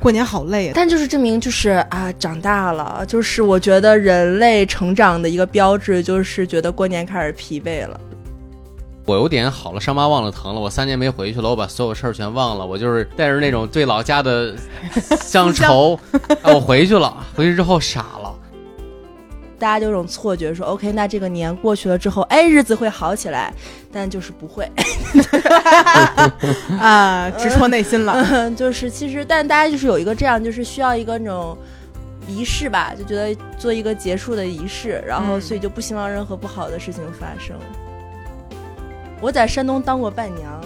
过年好累啊。 但就是证明，就是啊，长大了，就是我觉得人类成长的一个标志，就是觉得过年开始疲惫了。我有点好了，伤疤忘了疼了。我三年没回去了，我把所有事儿全忘了。我就是带着那种对老家的 乡愁，哎，我回去了。回去之后傻了，大家就有种错觉说，OK，那这个年过去了之后，哎，日子会好起来，但就是不会。 啊，直戳内心了。就是其实，但大家就是有一个这样，就是需要一个那种仪式吧，就觉得做一个结束的仪式，然后嗯所以就不希望任何不好的事情发生。我在山东当过伴娘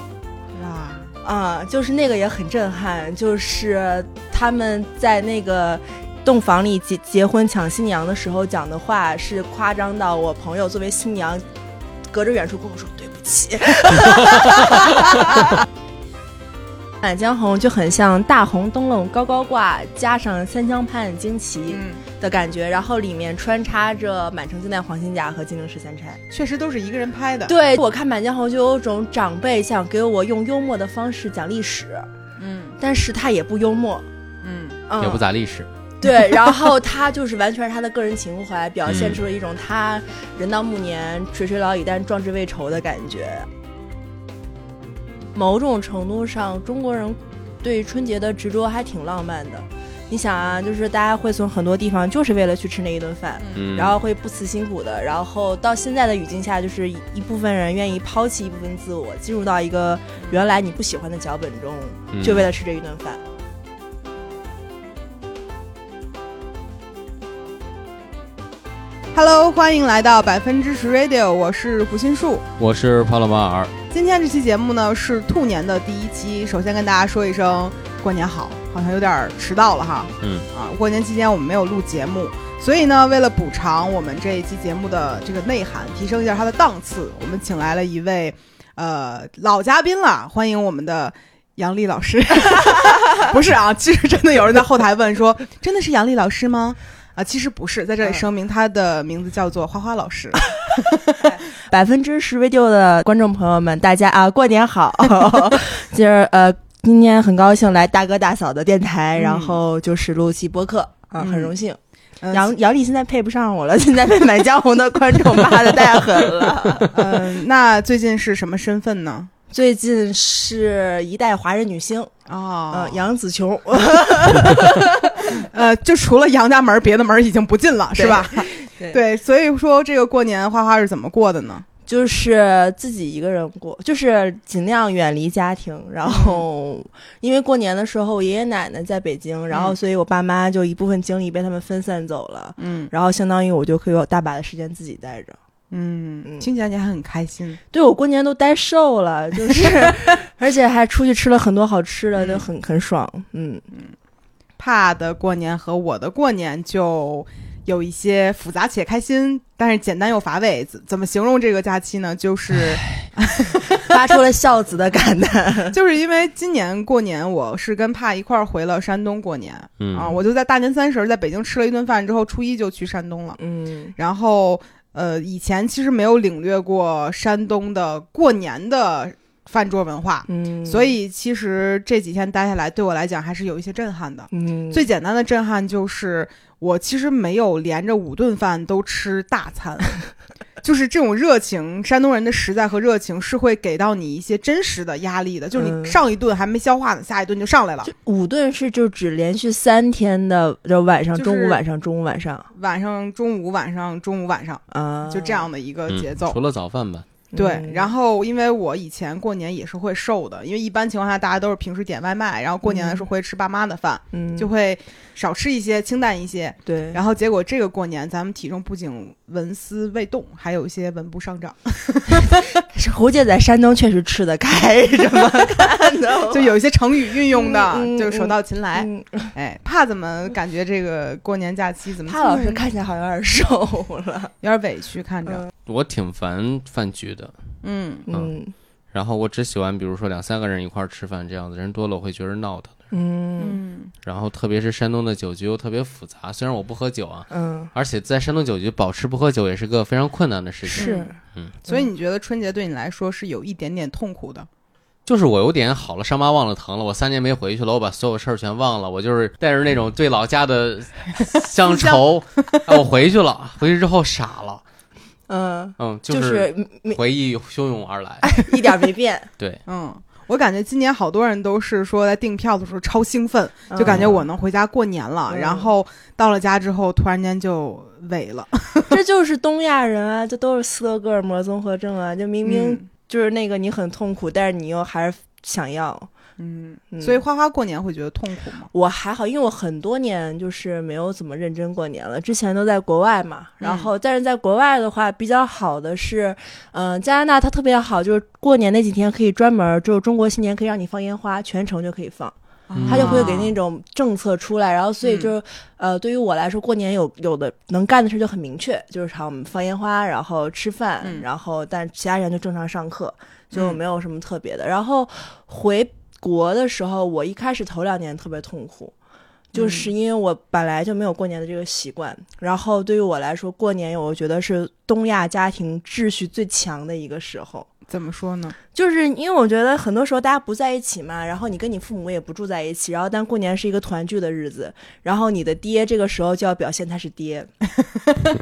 哇，啊，就是那个也很震撼，就是他们在那个。洞房里结结婚抢新娘的时候讲的话是夸张到我朋友作为新娘，隔着远处跟我说对不起。满江红就很像大红灯笼高高挂，加上三枪盼旌旗嗯，的感觉，然后里面穿插着满城尽带黄金甲和金陵十三钗。确实都是一个人拍的。，对我看《满江红》就有种长辈想给我用幽默的方式讲历史，嗯但是他也不幽默，嗯，嗯、也不咋历史。对， 然后他就是完全是他的个人情怀，表现嗯出了一种他人到暮年垂垂老矣，但壮志未酬的感觉。某种程度上，中国人对春节的执着还挺浪漫的。你想啊，就是大家会从很多地方就是为了去吃那一顿饭，嗯，然后会不辞辛苦的，然后到现在的语境下，就是一一部分人愿意抛弃一部分自我，进入到一个原来你不喜欢的脚本中，嗯就为了吃这一顿饭。 Hello，欢迎来到百分之十 Radio，我是胡心树。我是帕洛马尔，今天这期节目呢是兔年的第一期，首先跟大家说一声过年好，好像有点儿迟到了哈。嗯啊，过年期间我们没有录节目，所以呢，为了补偿我们这一期节目的这个内涵，提升一下它的档次，我们请来了一位呃老嘉宾了，欢迎我们的。杨丽老师， 不是啊，其实真的有人在后台问说，真的是杨丽老师吗？啊，其实不是，在这里声明，她的名字叫做花花老师。百分之十 radio 的观众朋友们，大家啊，过年 好！今儿呃，今天很高兴来大哥大嫂的电嗯台，然后就是录期播客啊，嗯很荣幸。嗯杨杨丽现在配不上我了，现在被满江红的观众骂的太狠了。嗯，那最近是什么身份呢？ 最近是一代华人女星，嗯、哦杨紫琼，呃，就除了杨家门儿，别的门儿已经不进了，是吧？对对，所以说这个过年花花是怎么过的呢？就是自己一个人过，就是尽量远离家庭。然后，因为过年的时候，爷爷奶奶在北京，然后嗯所以我爸妈就一部分精力被他们分散走了。嗯然后相当于我就可以有大把的时间自己待着。嗯，嗯听起来你还很开心。对我过年都待瘦了，就是， 而且还出去吃了很多好吃的，就很很爽。嗯，怕的过年和我的过年就有一些复杂且开心，但是简单又乏味。怎怎么形容这个假期呢？就是发出了孝子的感叹。就是因为今年过年我是跟怕一块儿回了山东过年、嗯啊，我就在大年三十儿在北京吃了一顿饭之后，初一就去山东了。 嗯，然后呃，以前其实没有领略过山东的过年的饭桌文化，嗯，所，以其实这几天待下来，对我来讲还是有一些震撼的。嗯，最简单的震撼就是，我其实没有连着五顿饭都吃大 餐，就是这种热情，山东人的实在和热情是会给到你一些真实的压力的。就是嗯你上一顿还没消化呢，下一顿就上来了就。五顿是就只连续三天的，就晚上、就中是午、晚上、中午、晚上晚上、中午、晚上、中午、晚上，啊，就这样的一个嗯节奏。除了早饭吧，对嗯，然后因为我以前过年也是会瘦的，因为一般情况下大家都是平时点外卖，然后过年的时候会吃爸妈的饭，嗯，就会少吃一些，清淡一些。对，然后结果这个过年咱们体重不仅纹丝未动，还有一些纹不上涨，是侯姐在山东确实吃得开，什 么看的就有一些成语运用的，哦嗯嗯就是手到擒来。嗯哎，怕怎么感觉这个过年假期怎么他老这师么看起来好像有点瘦了，有点委屈看着，我挺烦饭局的。嗯嗯然后我只喜欢，比如说两三个人一块儿吃饭这样子，人多了我会觉得闹腾。嗯嗯然后特别是山东的酒局又特别复杂，虽然我不喝酒啊，嗯，而且在山东酒局保持不喝酒也是个非常困难的事情。是，所以你觉得春节对你来说是有一点点痛苦的，就是我有点好了，伤疤忘了疼了。我三年没回去了，我把所有事儿全忘了。我就是带着那种对老家的乡愁，哎，我回去了。回去之后傻了，嗯，嗯，就就是是没回忆汹涌而来。一点儿没 变，对，嗯，我感觉今年好多人都是说在订票的时候超兴奋，就感觉我能回家过年了，嗯然后到了家之后突然间就萎了。嗯这就是东亚人啊，这都是斯德哥尔摩综合症啊，就明明嗯就是那个你很痛苦，但是你又还是想要。嗯，嗯所以花花过年会觉得痛苦吗？我还好，因为我很多年就是没有怎么认真过年了，之前都在国外嘛。然后，但是在国外的话，比较好的是，嗯、加拿大它特别好，就是过年那几天可以专门，就是中国新年可以让你放烟花，全程就可以放，嗯它就会啊给那种政策出来。然后，嗯所以就是，呃，对于我来说，过年有有的能干的事就很明确，就是好，我们放烟花，然后吃饭，嗯然后但其他人就正常上课，所以我嗯没有什么特别的。然后回国的时候，我一开始头两年特别痛苦，嗯就是因为我本来就没有过年的这个习惯。然后对于我来说，过年我觉得是东亚家庭秩序最强的一个时候。怎么说呢？就是因为我觉得很多时候大家不在一起嘛，然后你跟你父母也不住在一起，然后但过年是一个团聚的日子，然后你的爹这个时候就要表现他是爹，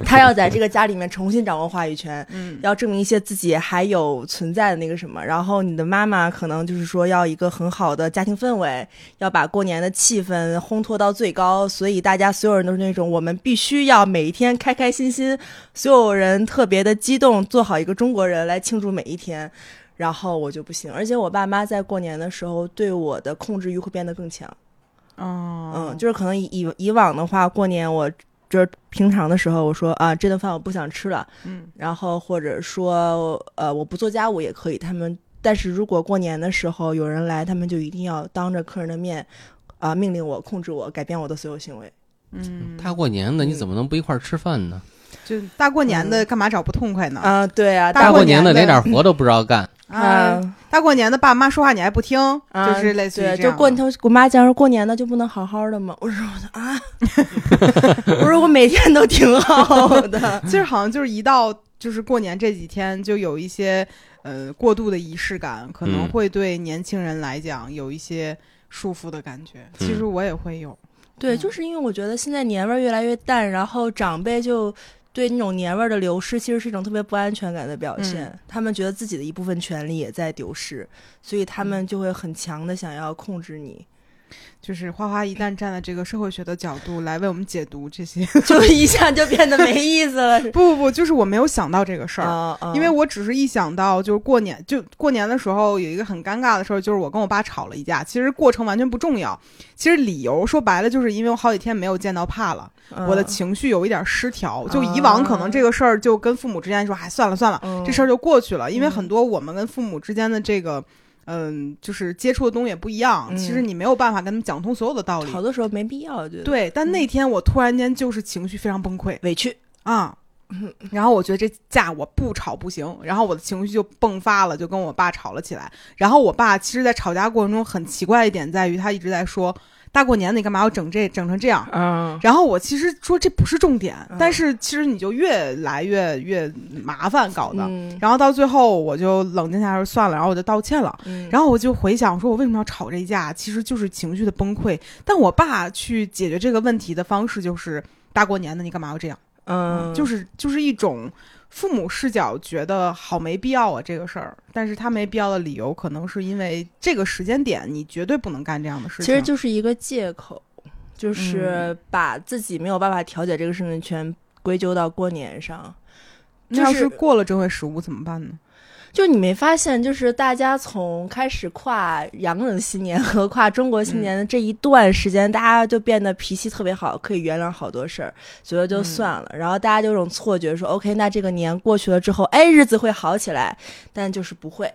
他要在这个家里面重新掌握话语权，嗯要证明一些自己还有存在的那个什么。然后你的妈妈可能就是说要一个很好的家庭氛围，要把过年的气氛烘托到最高，所以大家所有人都是那种我们必须要每一天开开心心，所有人特别的激动，做好一个中国人来庆祝每一天。然后我就不行，而且我爸妈在过年的时候对我的控制欲会变得更强。哦嗯，，就是可能以以以往的话，过年我就是平常的时候，我说啊这顿饭我不想吃了，嗯然后或者说呃我不做家务也可以，他们但是如果过年的时候有人来，他们就一定要当着客人的面啊、命令我、控制我、改变我的所有行为。嗯，大过年的你怎么能不一块儿吃饭呢？就大过年嗯的干嘛找不痛快呢？啊、对啊，大大过过年的年的连点活都不知道干，啊，啊大过年的爸妈说话你还不听，啊就是类似于对，这样就的过年，我妈讲说过年的就不能好好的吗？我说我的啊， 我说我每天都挺好的，其实好像就是一到就是过年这几天，就有一些呃过度的仪式感，可能嗯会对年轻人来讲有一些束缚的感觉。嗯其实我也会有，对，就是因为我觉得现在年味儿越来越淡，然后长辈就。对那种年味儿的流失，其实是一种特别不安全感的表现。嗯他们觉得自己的一部分权利也在丢失，所以他嗯们就会很强的想要控制你。 就是花花一嗯旦站在这个社会学的角度来为我们解读这些， 就一下就变得没意思了。嗯是不不不，就是我没有想到这个事儿。啊啊因为我只是一想到就是过年，就过年的时候有一个很尴尬的事儿，就是我跟我爸吵了一架。其实过程完全不重要，其实理由说白了就是因为我好几天没有见到怕了，我的嗯情绪有一点失调。就以往可能这个事儿就跟父母之间说，哎，算了算了，嗯这事儿就过去了。因为嗯很多我们跟父母之间的这个，嗯，就是接触的东西也不一样。嗯其实你没有办法跟他们讲通所有的道理。好多时候没必要，我觉得对，但那天我突然间就是情绪非常崩溃委屈。啊。然后我觉得这架我不吵不行，然后我的情绪就迸发了，就跟我爸吵了起来。然后我爸其实，在吵架过程中很奇怪一点在于，他一直在说：“大过年的你干嘛要整这整成这样？”嗯，然后我其实说这不是重点，嗯但是其实你就越来越越麻烦搞的。嗯然后到最后我就冷静下来说算了，然后我就道歉了。嗯然后我就回想说，我为什么要吵这一架？其实就是情绪的崩溃。但我爸去解决这个问题的方式就是大过年的你干嘛要这样？嗯，就是是就是一种父母视角觉得好没必要啊这个事儿，但是他没必要的理由可能是因为这个时间点你绝对不能干这样的事其情。嗯实就是一个借口，就是把自己没有办法调节这个事情全归咎到过年上。那要就是是过了正月十五怎么办 呢？就你没发现，就是大家从开始跨洋人新年和跨中国新年的这一段时间，大家就变得脾气特别好，可以原谅好多事儿，觉得就算了。然后大家就有种错觉说，OK，那这个年过去了之后，哎，日子会好起来，但就是不会。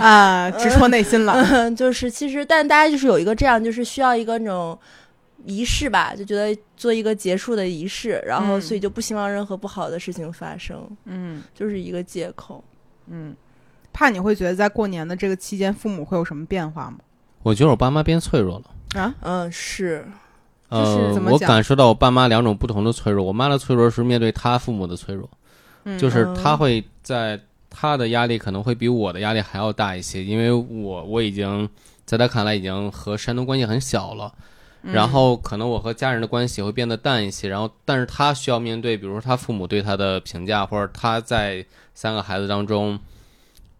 啊，直戳内心 了。嗯，就是其实，但大家就是有一个这样，就是需要一个那种仪式吧，就觉得做一个结束的仪式，然后嗯所以就不希望任何不好的事情发生，嗯就是一个借口。嗯，怕你会觉得在过年的这个期间，父母会有什么变化吗？我觉得我爸妈变脆弱了。嗯，是，就是呃怎，么我讲感受到我爸妈两种不同的脆弱。我妈的脆弱是面对她父母的脆弱，嗯就是嗯她会在他的压力可能会比我的压力还要大一些，因为我我已经在他看来已经和山东关系很小了，然后可能我和家人的关系会变得淡一些，然后但是他需要面对，比如说他父母对他的评价，或者他在三个孩子当中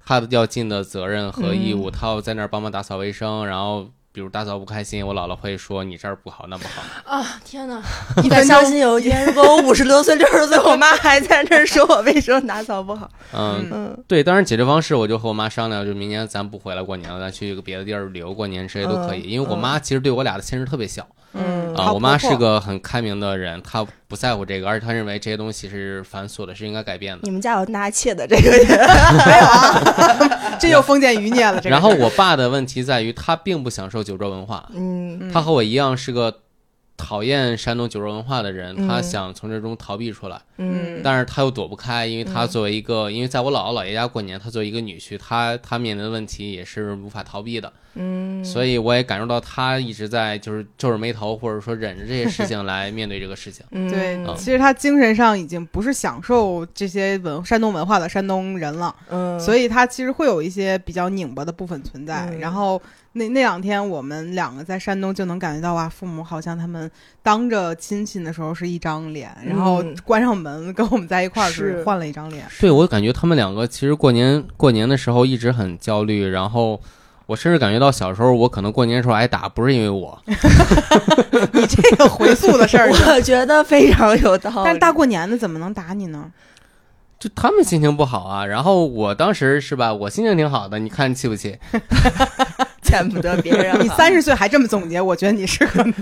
他要尽的责任和义务，他要在那儿帮忙打扫卫生，然后。比如打扫不开心，我姥姥会说你这儿不好那不好，啊！天 哪！一敢分相钟信有一 天，如果我五十多岁、六十岁，我妈还在这儿说我为什么打扫不好？嗯， 嗯，对，当然解决方式我就和我妈商量，就明年咱不回来过年了，咱去一个别的地儿旅游过年，谁都可以。嗯因为我妈其实对我俩的限制特别小嗯啊、她我妈婆是婆个很开明的人，她不在乎这个，而且她认为这些东西是繁琐的，是应该改变的。你们家有纳妾的这个 人， 啊这又封建余孽了。这个然后我爸的问题在于，他并不享受酒桌文化，嗯他和我一样是个讨厌山东酒桌文化的人，他嗯想从这中逃避出来。嗯但是他又躲不开，因为他作为一个，因为在我姥姥姥爷家过年，他作为一个女婿，他他面临的问题也是无法逃避的，嗯所以我也感受到他一直在就是皱着眉头，或者说忍着这些事情来面对这个事情。以对，嗯其实他精神上已经不是享受这些文山东文化的山东人了，嗯，所以以他其实会有一些比较拧巴的部分存在。嗯然后那那两天我们两个在山东就能感觉到啊，父母好像他们当着亲戚的时候是一张脸，然后嗯关上门跟我们在一块儿是换了一张脸。 对我感觉他们两个其实过年过年的时候一直很焦虑，然后我甚至感觉到小时候我可能过年的时候挨打，不是因为我， 你这个回溯的事儿，我觉得非常有道理。但大过年的怎么能打你呢？就他们心情不好啊。然后我当时是吧，我心情挺好的，你看气不气？见不得别人好， 你三十岁还这么总结，我觉得你是可能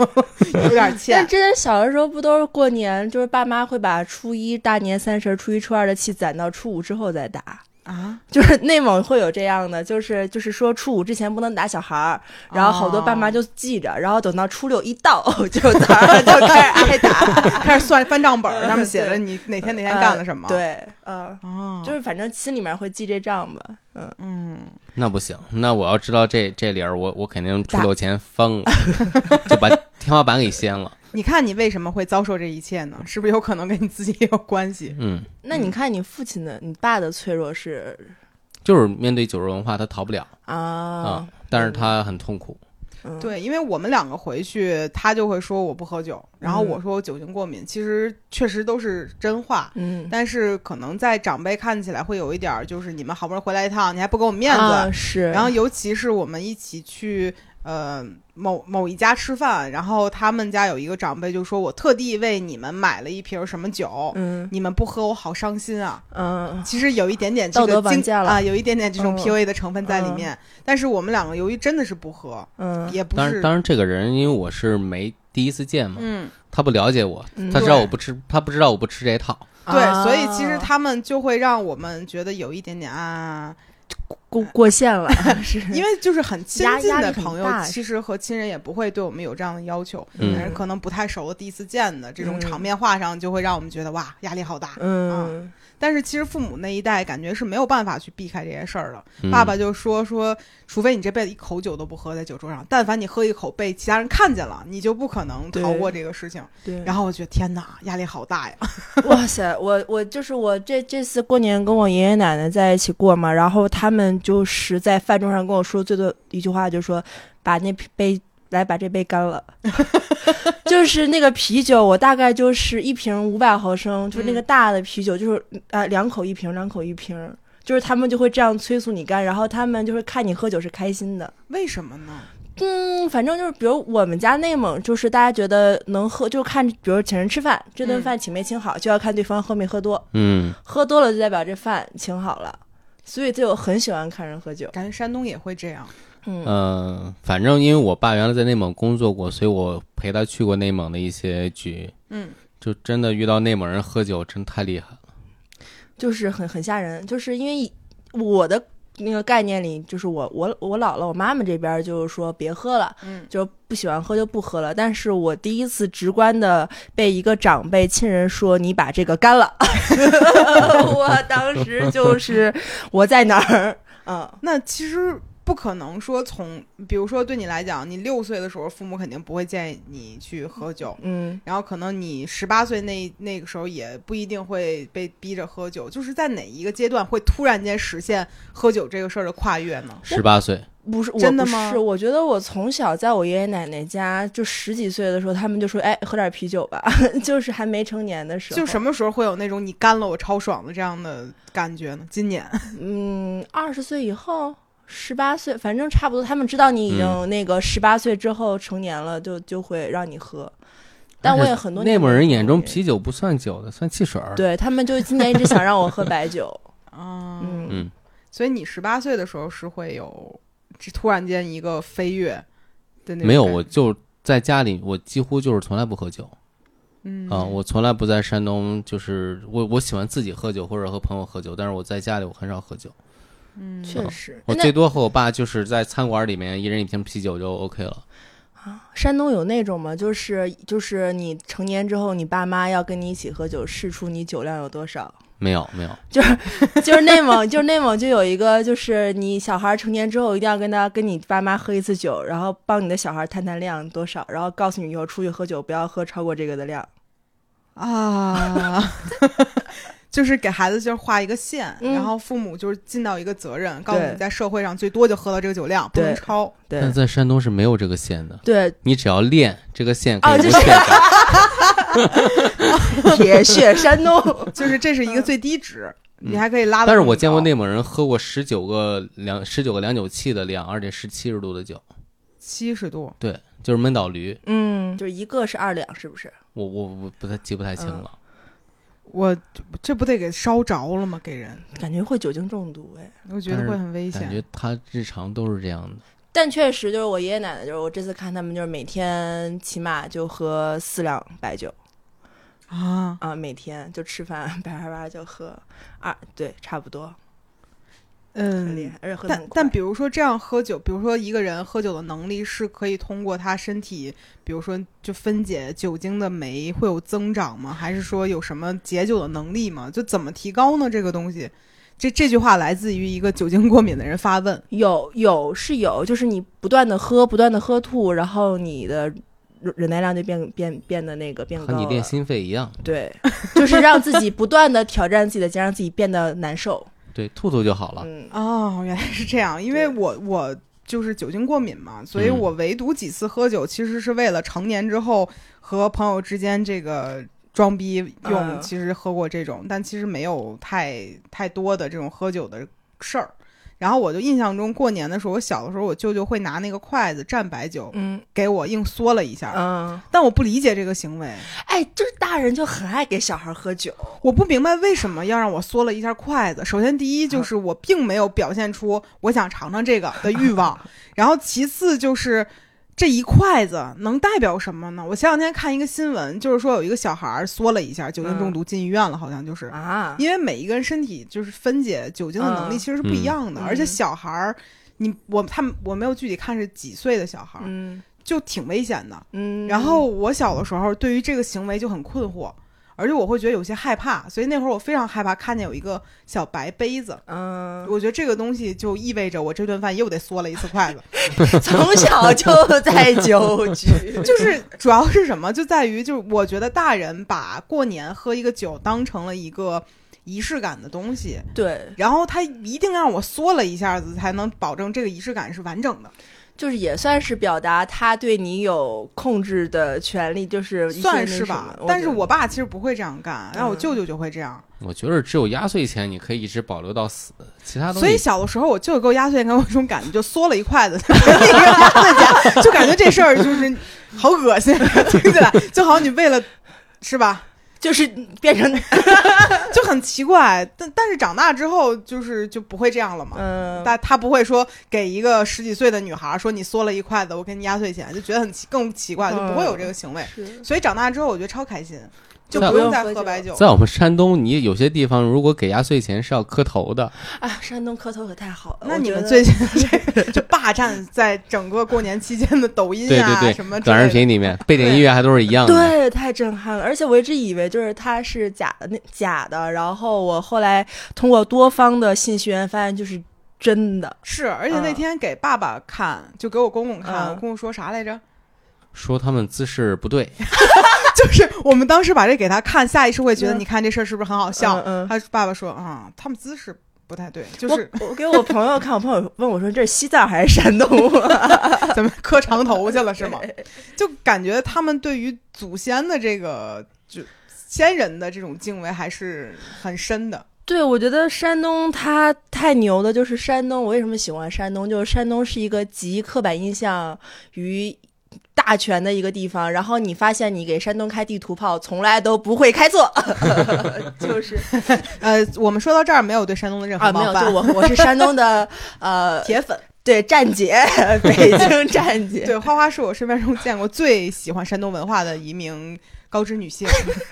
有点但欠。之前小的时候不都是过年，就是爸妈会把初一、大年三十、初一、初二的气攒到初五之后再打。啊，就是内蒙会有这样的，就是就是说初五之前不能打小孩儿，然后好多爸哦妈就记着，然后等到初六一到， 就早上就开始挨 打。开始算翻账 本儿，上面写着对你哪天哪天干了什么。呃，对，呃，哦，就是反正心里面会记这账吧。嗯，嗯，那不行，那我要知道这这理儿，我我肯定出打六钱翻了， 就把天花板给掀了。你看你为什么会遭受这一切呢？ 是不是有可能跟你自己也有关系？嗯，那你看你父亲的，你爸的脆弱是就是面对酒肉文化，他逃不了啊啊，，但是他很痛苦。嗯，对，因为我们两个回去，他就会说我不喝酒，然后我说我酒精过敏，其实确实都是真话。嗯，但是可能在长辈看起来会有一点儿，就是你们好不容易回来一趟，你还不给我面子，啊是，然后尤其是我们一起去呃某某一家吃饭，然后他们家有一个长辈就说：“我特地为你们买了一瓶什么酒，嗯你们不喝我好伤心啊。”嗯其实有一点点这道个德绑经架了啊，有一点点这种嗯 PUA 的成分在里面。但是我们两个由于真的是不喝，嗯也不当然，是当然这个人，因为我是没第一次见嘛，嗯，他不了解我，嗯，他知道对我不吃，他不知道我不吃这一套。对，啊所以其实他们就会让我们觉得有一点点啊，过过 线了，是因为就是很亲压近压力的很朋大友，是其实和亲人也不会对我们有这样的要求。但是嗯可能不太熟的第一次见的这种嗯场面话上，就会让我们觉得哇压力好大。嗯但是其实父母那一代感觉是没有办法去避开这些事儿的。嗯爸爸就说说，除非你这辈子一口酒都不喝在酒桌上，但凡你喝一口被其他人看见了，你就不可能逃过这个事情。对，然后我觉得天哪，压力好大呀！ 哇塞，我我就是我这这次过年跟我爷爷奶奶在一起过嘛，然后他们就是在饭桌上跟我说最多一句话，就说把那杯来把这杯干了，就是那个啤酒，我大概就是一瓶五百毫升，就是那个大的啤酒，就是啊、呃两口一瓶，两口一瓶。就是他们就会这样催促你干，然后他们就是看你喝酒是开心的，为什么呢？嗯，反正就是，比如我们家内蒙，就是大家觉得能喝，就看，比如请人吃饭，这顿嗯饭请没请好，就要看对方喝没喝多，嗯，喝多了就代表这饭请好了，所以就很喜欢看人喝酒。感觉山东也会这样。嗯呃，反正因为我爸原来在内蒙工作过，所以我陪他去过内蒙的一些局，嗯，就真的遇到内蒙人喝酒，真太厉害了。就是很很吓人，就是因为我的那个概念里，就是我我我姥姥我妈妈这边就是说别喝了，嗯就不喜欢喝就不喝了。但是我第一次直观的被一个长辈亲人说你把这个干了， 我当时就是我在哪儿，嗯。那其实不可能说从，比如说对你来讲，你六岁的时候，父母肯定不会建议你去喝酒，嗯，然后可能你十八岁那那个时候也不一定会被逼着喝酒，就是在哪一个阶段会突然间实现喝酒这个事儿的跨越呢？十八岁，不是，我真的不吗是，我觉得我从小在我爷爷奶奶家，就十几岁的时候，他们就说，哎，喝点啤酒吧， 就是哦还没成年的时候，就什么时候会有那种你干了我超爽的这样的感觉呢？今年嗯，二十岁以后，十八岁，反正差不多。他们知道你已嗯经那个十八岁之后成年了，就就会让你喝。但我也很多内年蒙人没眼中喝啤酒不算酒的，算汽水儿。对他们就今年一直想让我喝白 酒。啊， 嗯，嗯，所以你十八岁的时候是会有这突然间一个飞跃的那种没有，感我就在家里，我几乎就是从来不喝酒。嗯啊，我从来不在山东，就是我我喜欢自己喝酒或者和朋友喝酒，但是我在家里我很少喝酒，嗯确实。我哎那最多和我爸就是在餐馆里面一人一瓶啤酒就 OK 了。啊山东有那种吗？就是就是你成年之后，你爸妈要跟你一起喝酒，试出你酒量有多少。 没有没有，就是内蒙，就是内蒙就有一个，就是你小孩成年之后一定要跟他跟你爸妈喝一次酒，然后帮你的小孩探探量多少，然后告诉你以后出去喝酒不要喝超过这个的量。 啊，就是给孩子就是画一个线，嗯然后父母就是尽到一个责任，告诉对你在社会上最多就喝到这个酒量，不能对超。但对在山东是没有这个线的，对，你只要练这个线可哦以就是无 限改。铁血山东 就是这是一个最低值，嗯你还可以拉到更高。但是我见过内蒙人喝过十九个两十九个两酒器的量，而且是七十度的酒，七十度，对，就是闷倒驴，嗯，就是一个是二两，是不是？我我我不太记不太清了。嗯我这不得给烧着了吗？给人，感觉会酒精中毒哎。我觉得但是会很危感险。觉他日常都是这样的，但确实就是我爷爷奶奶，就是我这次看他们就是每天起码就喝四两白酒啊，啊，每天就吃饭 叭叭叭就喝二，对，差不多，很厉嗯害，，而且喝得但很快但比如说这样喝酒，比如说一个人喝酒的能力是可以通过他身体，比如说就分解酒精的酶会有增长吗？还是说有什么解酒的能力吗？就怎么提高呢？这个东西，这这句话来自于一个酒精过敏的人发问。有有是有，就是你不断的喝，不断的喝吐，然后你的忍耐量就变变变得那个变和高你练了心肺一样，对，就是让自己不断的挑战自己的极限，让自己变得难受。对，吐吐就好了。嗯，哦，原来是这样，因为对我我就是酒精过敏嘛，所以嗯我唯独几次喝酒其实是为了成年之后和朋友之间这个。装逼用嗯其实喝过这种，但其实没有太太多的这种喝酒的事儿。然后我就印象中过年的时候，我小的时候，我舅舅会拿那个筷子蘸白酒嗯给我硬嗦了一下，嗯，但我不理解这个行为，哎，就是大人就很爱给小孩喝酒，我不明白为什么要让我嗦了一下筷子。首先，第啊一就是我并没有表现出我想尝尝这个的欲 望，然后其次就是。这一筷子能代表什么呢？我前两天看一个新闻，就是说有一个小孩儿嗦了一下，酒精中毒进医院了，好像就是，啊，因为每一个人身体就是分解酒精的能力嗯其实是不一样的，嗯而且小孩儿，你我他们我没有具体看是几岁的小孩儿，嗯就挺危险的。嗯，然后我小的时候对于这个行为就很困惑，而且我会觉得有些害怕，所以那会儿我非常害怕看见有一个小白杯子， 嗯，我觉得这个东西就意味着我这顿饭又得嗦了一次筷 子。从小就在酒局，就是主要是什么，就在于就是我觉得大人把过年喝一个酒当成了一个仪式感的东西， 对，然后他一定让我嗦了一下子，才能保证这个仪式感是完整的，就是也算是表达他对你有控制的权利，就是一些算那是什吧么。但觉是得我爸其实不会这样干，但我嗯舅舅就会这样。我觉得只有压岁钱你可以一直保留到死，其他东所以西小的时候，我舅舅给我压岁钱，给我一种感觉，就缩了一筷子， 那个压岁钱，就感觉这事儿就是好恶心， 听起来就好像你为了。是吧？就是变 成就很奇怪，但但是长大之后就是就不会这样了嘛。嗯，但他不会说给一个十几岁的女孩说你缩了一筷子，我给你压岁钱，就觉得很奇更奇怪，就不会有这个行为。是所以长大之后，我觉得超开心，就嗯在不用不再用喝喝酒白酒。在我们山东，你有些地方如果给压岁钱是要磕头的，啊，山东磕头可太好了。那我你觉们得最 近这个就霸占在整个过年期间的抖音对啊对什么对，之类短的视频里面背景音乐还都是一样的。对太震撼了，而且我一直以为就是它是假的，那假的。然后我后来通过多方的信息源发现，就是真的，是，而且那嗯天给爸爸看，就给我公公看，嗯我公公说啥来着？ 说他们姿势 不对，就是我们当时把这给他看，下意识会觉得，嗯你看这事儿是不是很好笑？嗯嗯他爸爸说啊、他们姿势不太对，就是我我给我朋友看，我朋友问我说这是西藏还是山东 啊？咱们磕长头去了是吗？就感觉他们对于祖先的这个就先人的这种敬畏还是很深的。对，我觉得山东它太牛的，就是山东。我为什么喜欢山东？就是山东是一个集刻板印象于大全的一个地方。然后你发现你给山东开地图炮，从来都不会 开错， 就是呃，我们说到这儿没有对山东的任何啊，没冒有，犯，就我我是山东的 呃，铁粉。对站姐，北京站姐，对，花花是我身边中见过最喜欢山东文化的一名高知女性。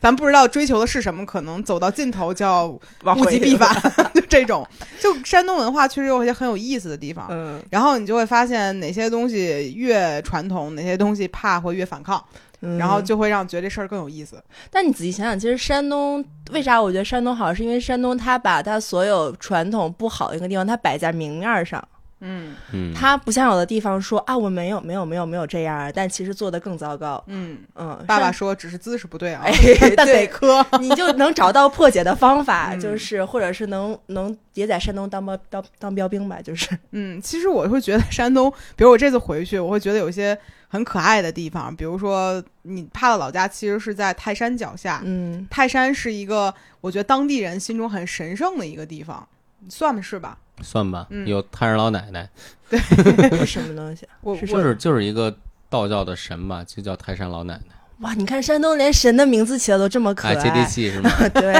咱不知道追求的是什么，可能走到尽头叫往 物极回必反， 就这种。就山东文化确实有一些很有意思的地方。嗯然后你就会发现哪些东西越传统，哪些东西怕会越反抗，嗯，然后就会让觉得这事儿更有意思。但你仔细想想，其实山东为啥我觉得山东好，是因为山东它把它所有传统不好的一个地方，它摆在明面儿上。嗯嗯，它不像有的地方说啊，我没有没有没有没有这样儿，但其实做的更糟糕。嗯，嗯， 爸爸山，说只是姿势不对啊，，哎 但得对，磕。你就能找到破解的方法，嗯就是或者是能能也在山东当标当当标兵吧，就是嗯，其实我会觉得山东，比如我这次回去，我会觉得有一些很可爱的地方，比如说你帕的老家其实是在泰山脚下，嗯，泰山是一个我觉得当地人心中很神圣的一个地方，算吧是吧？算吧，嗯有太上老奶奶，是什么东西？我 是就是就是一个道教的神吧，就叫泰山老奶奶，哇，你看山东连神的名字起的都这么可哎，爱，接地气是吗？ 对，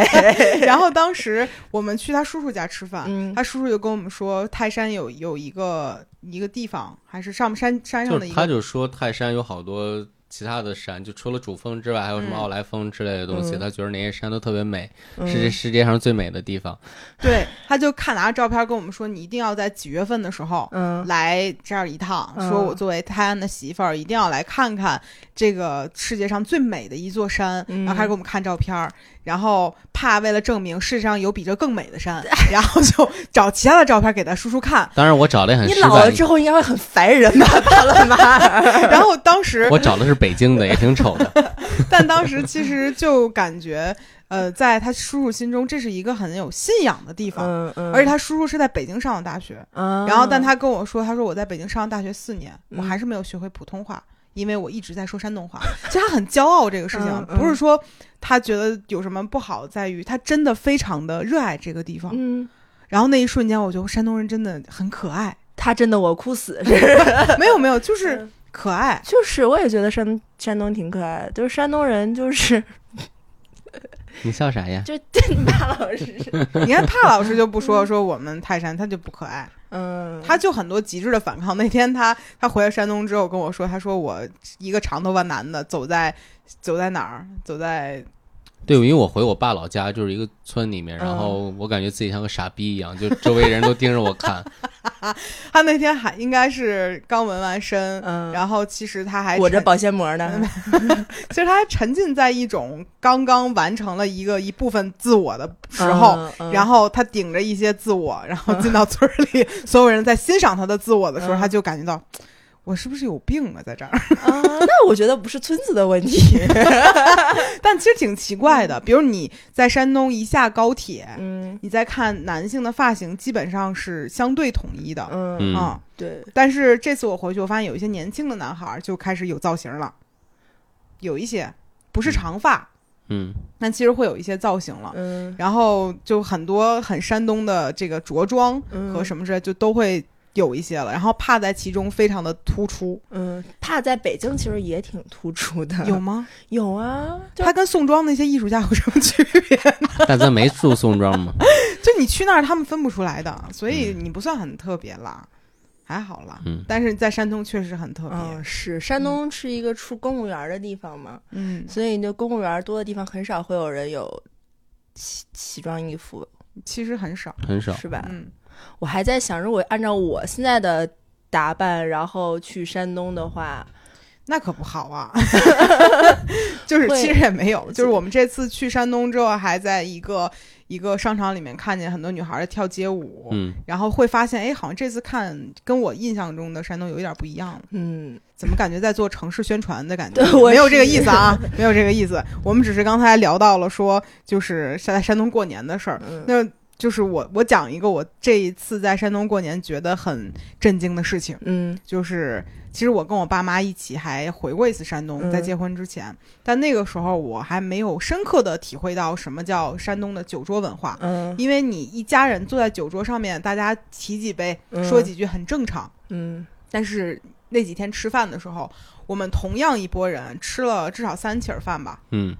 然后当时我们去他叔叔家吃饭，嗯他叔叔就跟我们说，泰山有有一个一个地方，还是上山山上就的是一他个，就说泰山有好多其他的山，就除了主峰之外，还有什么嗯奥莱峰之类的东西，嗯他觉得那些山都特别美，嗯是这世界上最美的地方。对，他就看拿着照片跟我们说，你一定要在几月份的时候。嗯来这儿一趟，嗯说我作为泰安的媳妇儿，一定要来看看这个世界上最美的一座山，嗯然后开始给我们看照片儿，然后怕为了证明世界上有比这更美的 山，然后就找其他的照片给他叔叔看，当然我找的也很你失老了败，之后应该会很烦人吧，巴拉 妈？然后当时我找的是北京的，也挺丑的。但当时其实就感觉，呃，在他叔叔心中，这是一个很有信仰的地方。嗯嗯，而且他叔叔是在北京上的大学，啊，然后但他跟我说，他说我在北京上的大学四年，嗯我还是没有学会普通话，因为我一直在说山东话。其实他很骄傲这个事情嗯，嗯不是说他觉得有什么不好，在于他真的非常的热爱这个地方。嗯。然后那一瞬间，我觉得山东人真的很可爱，他真的我哭 死，是没有没有，嗯就是可爱。就是，我也觉得山山东挺可爱的，就是山东人就是？你笑啥呀就 你爸老师，你看帕老师就不说说我们泰山，他就不可爱。嗯，他就很多极致的反抗。那天他他回了山东之后跟我说，他说我一个长头发男的走在走在哪儿，走在对，因为我回我爸老家，就是一个村里面，然后我感觉自己像个傻逼一样，就周围人都盯着我看。他那天还应该是刚纹完身，嗯，然后其实他还裹着沉保鲜膜呢，其实他还沉浸在一种刚刚完成了一个一部分自我的时候。嗯，然后后他顶着一些自 我，然后进到村儿里，所有人在欣赏他的自我的时候，嗯他就感觉到我是不是有病啊，在这儿。 啊，那我觉得不是村子的问题，但其实挺奇怪的，比如你在山东一下高铁， 嗯你再看男性的发型，基本上是相对统一的，嗯，嗯，啊对，但是这次我回去，我发现有一些年轻的男孩儿就开始有造型了，有一些不是长发，嗯，但其实会有一些造型了。嗯然后就很多很山东的这个着装嗯，和什么之类，就都会有一些了。然后怕在其中非常的突出，嗯，怕在北京其实也挺突出的，有吗？有啊，就他跟宋庄那些艺术家有什么区别？ 但咱没住宋庄嘛，就你去那儿，他们分不出来的，所以你不算很特别啦，还好啦。嗯但是在山东确实很特别，嗯是山东是一个出公务员儿的地方嘛，嗯，所以就公务员儿多的地方很少会有人有奇奇装异服，其实很少。很少。是吧？嗯，我还在想，如果按照我现在的打扮，然后去山东的话，那可不好 啊。 就是会其实也没有，就是我们这次去山东之后，还在一个一个商场里面看见很多女孩儿跳街舞，嗯，然后会发现，哎，好像这次看跟我印象中的山东有一点不一样了，嗯，怎么感觉在做城市宣传的感觉？对我没有这个是意思啊，没有这个意思。我们只是刚才聊到了说，就是在山东过年的事儿。嗯那就是我我讲一个我这一次在山东过年觉得很震惊的事情，嗯就是其实我跟我爸妈一起还回过一次山东，嗯在结婚之前，但那个时候我还没有深刻的体会到什么叫山东的酒桌文化。嗯因为你一家人坐在酒桌上面，大家提几杯、嗯说几句很正常。嗯但是那几天吃饭的时候，我们同样一拨人吃了至少三起儿饭吧，嗯，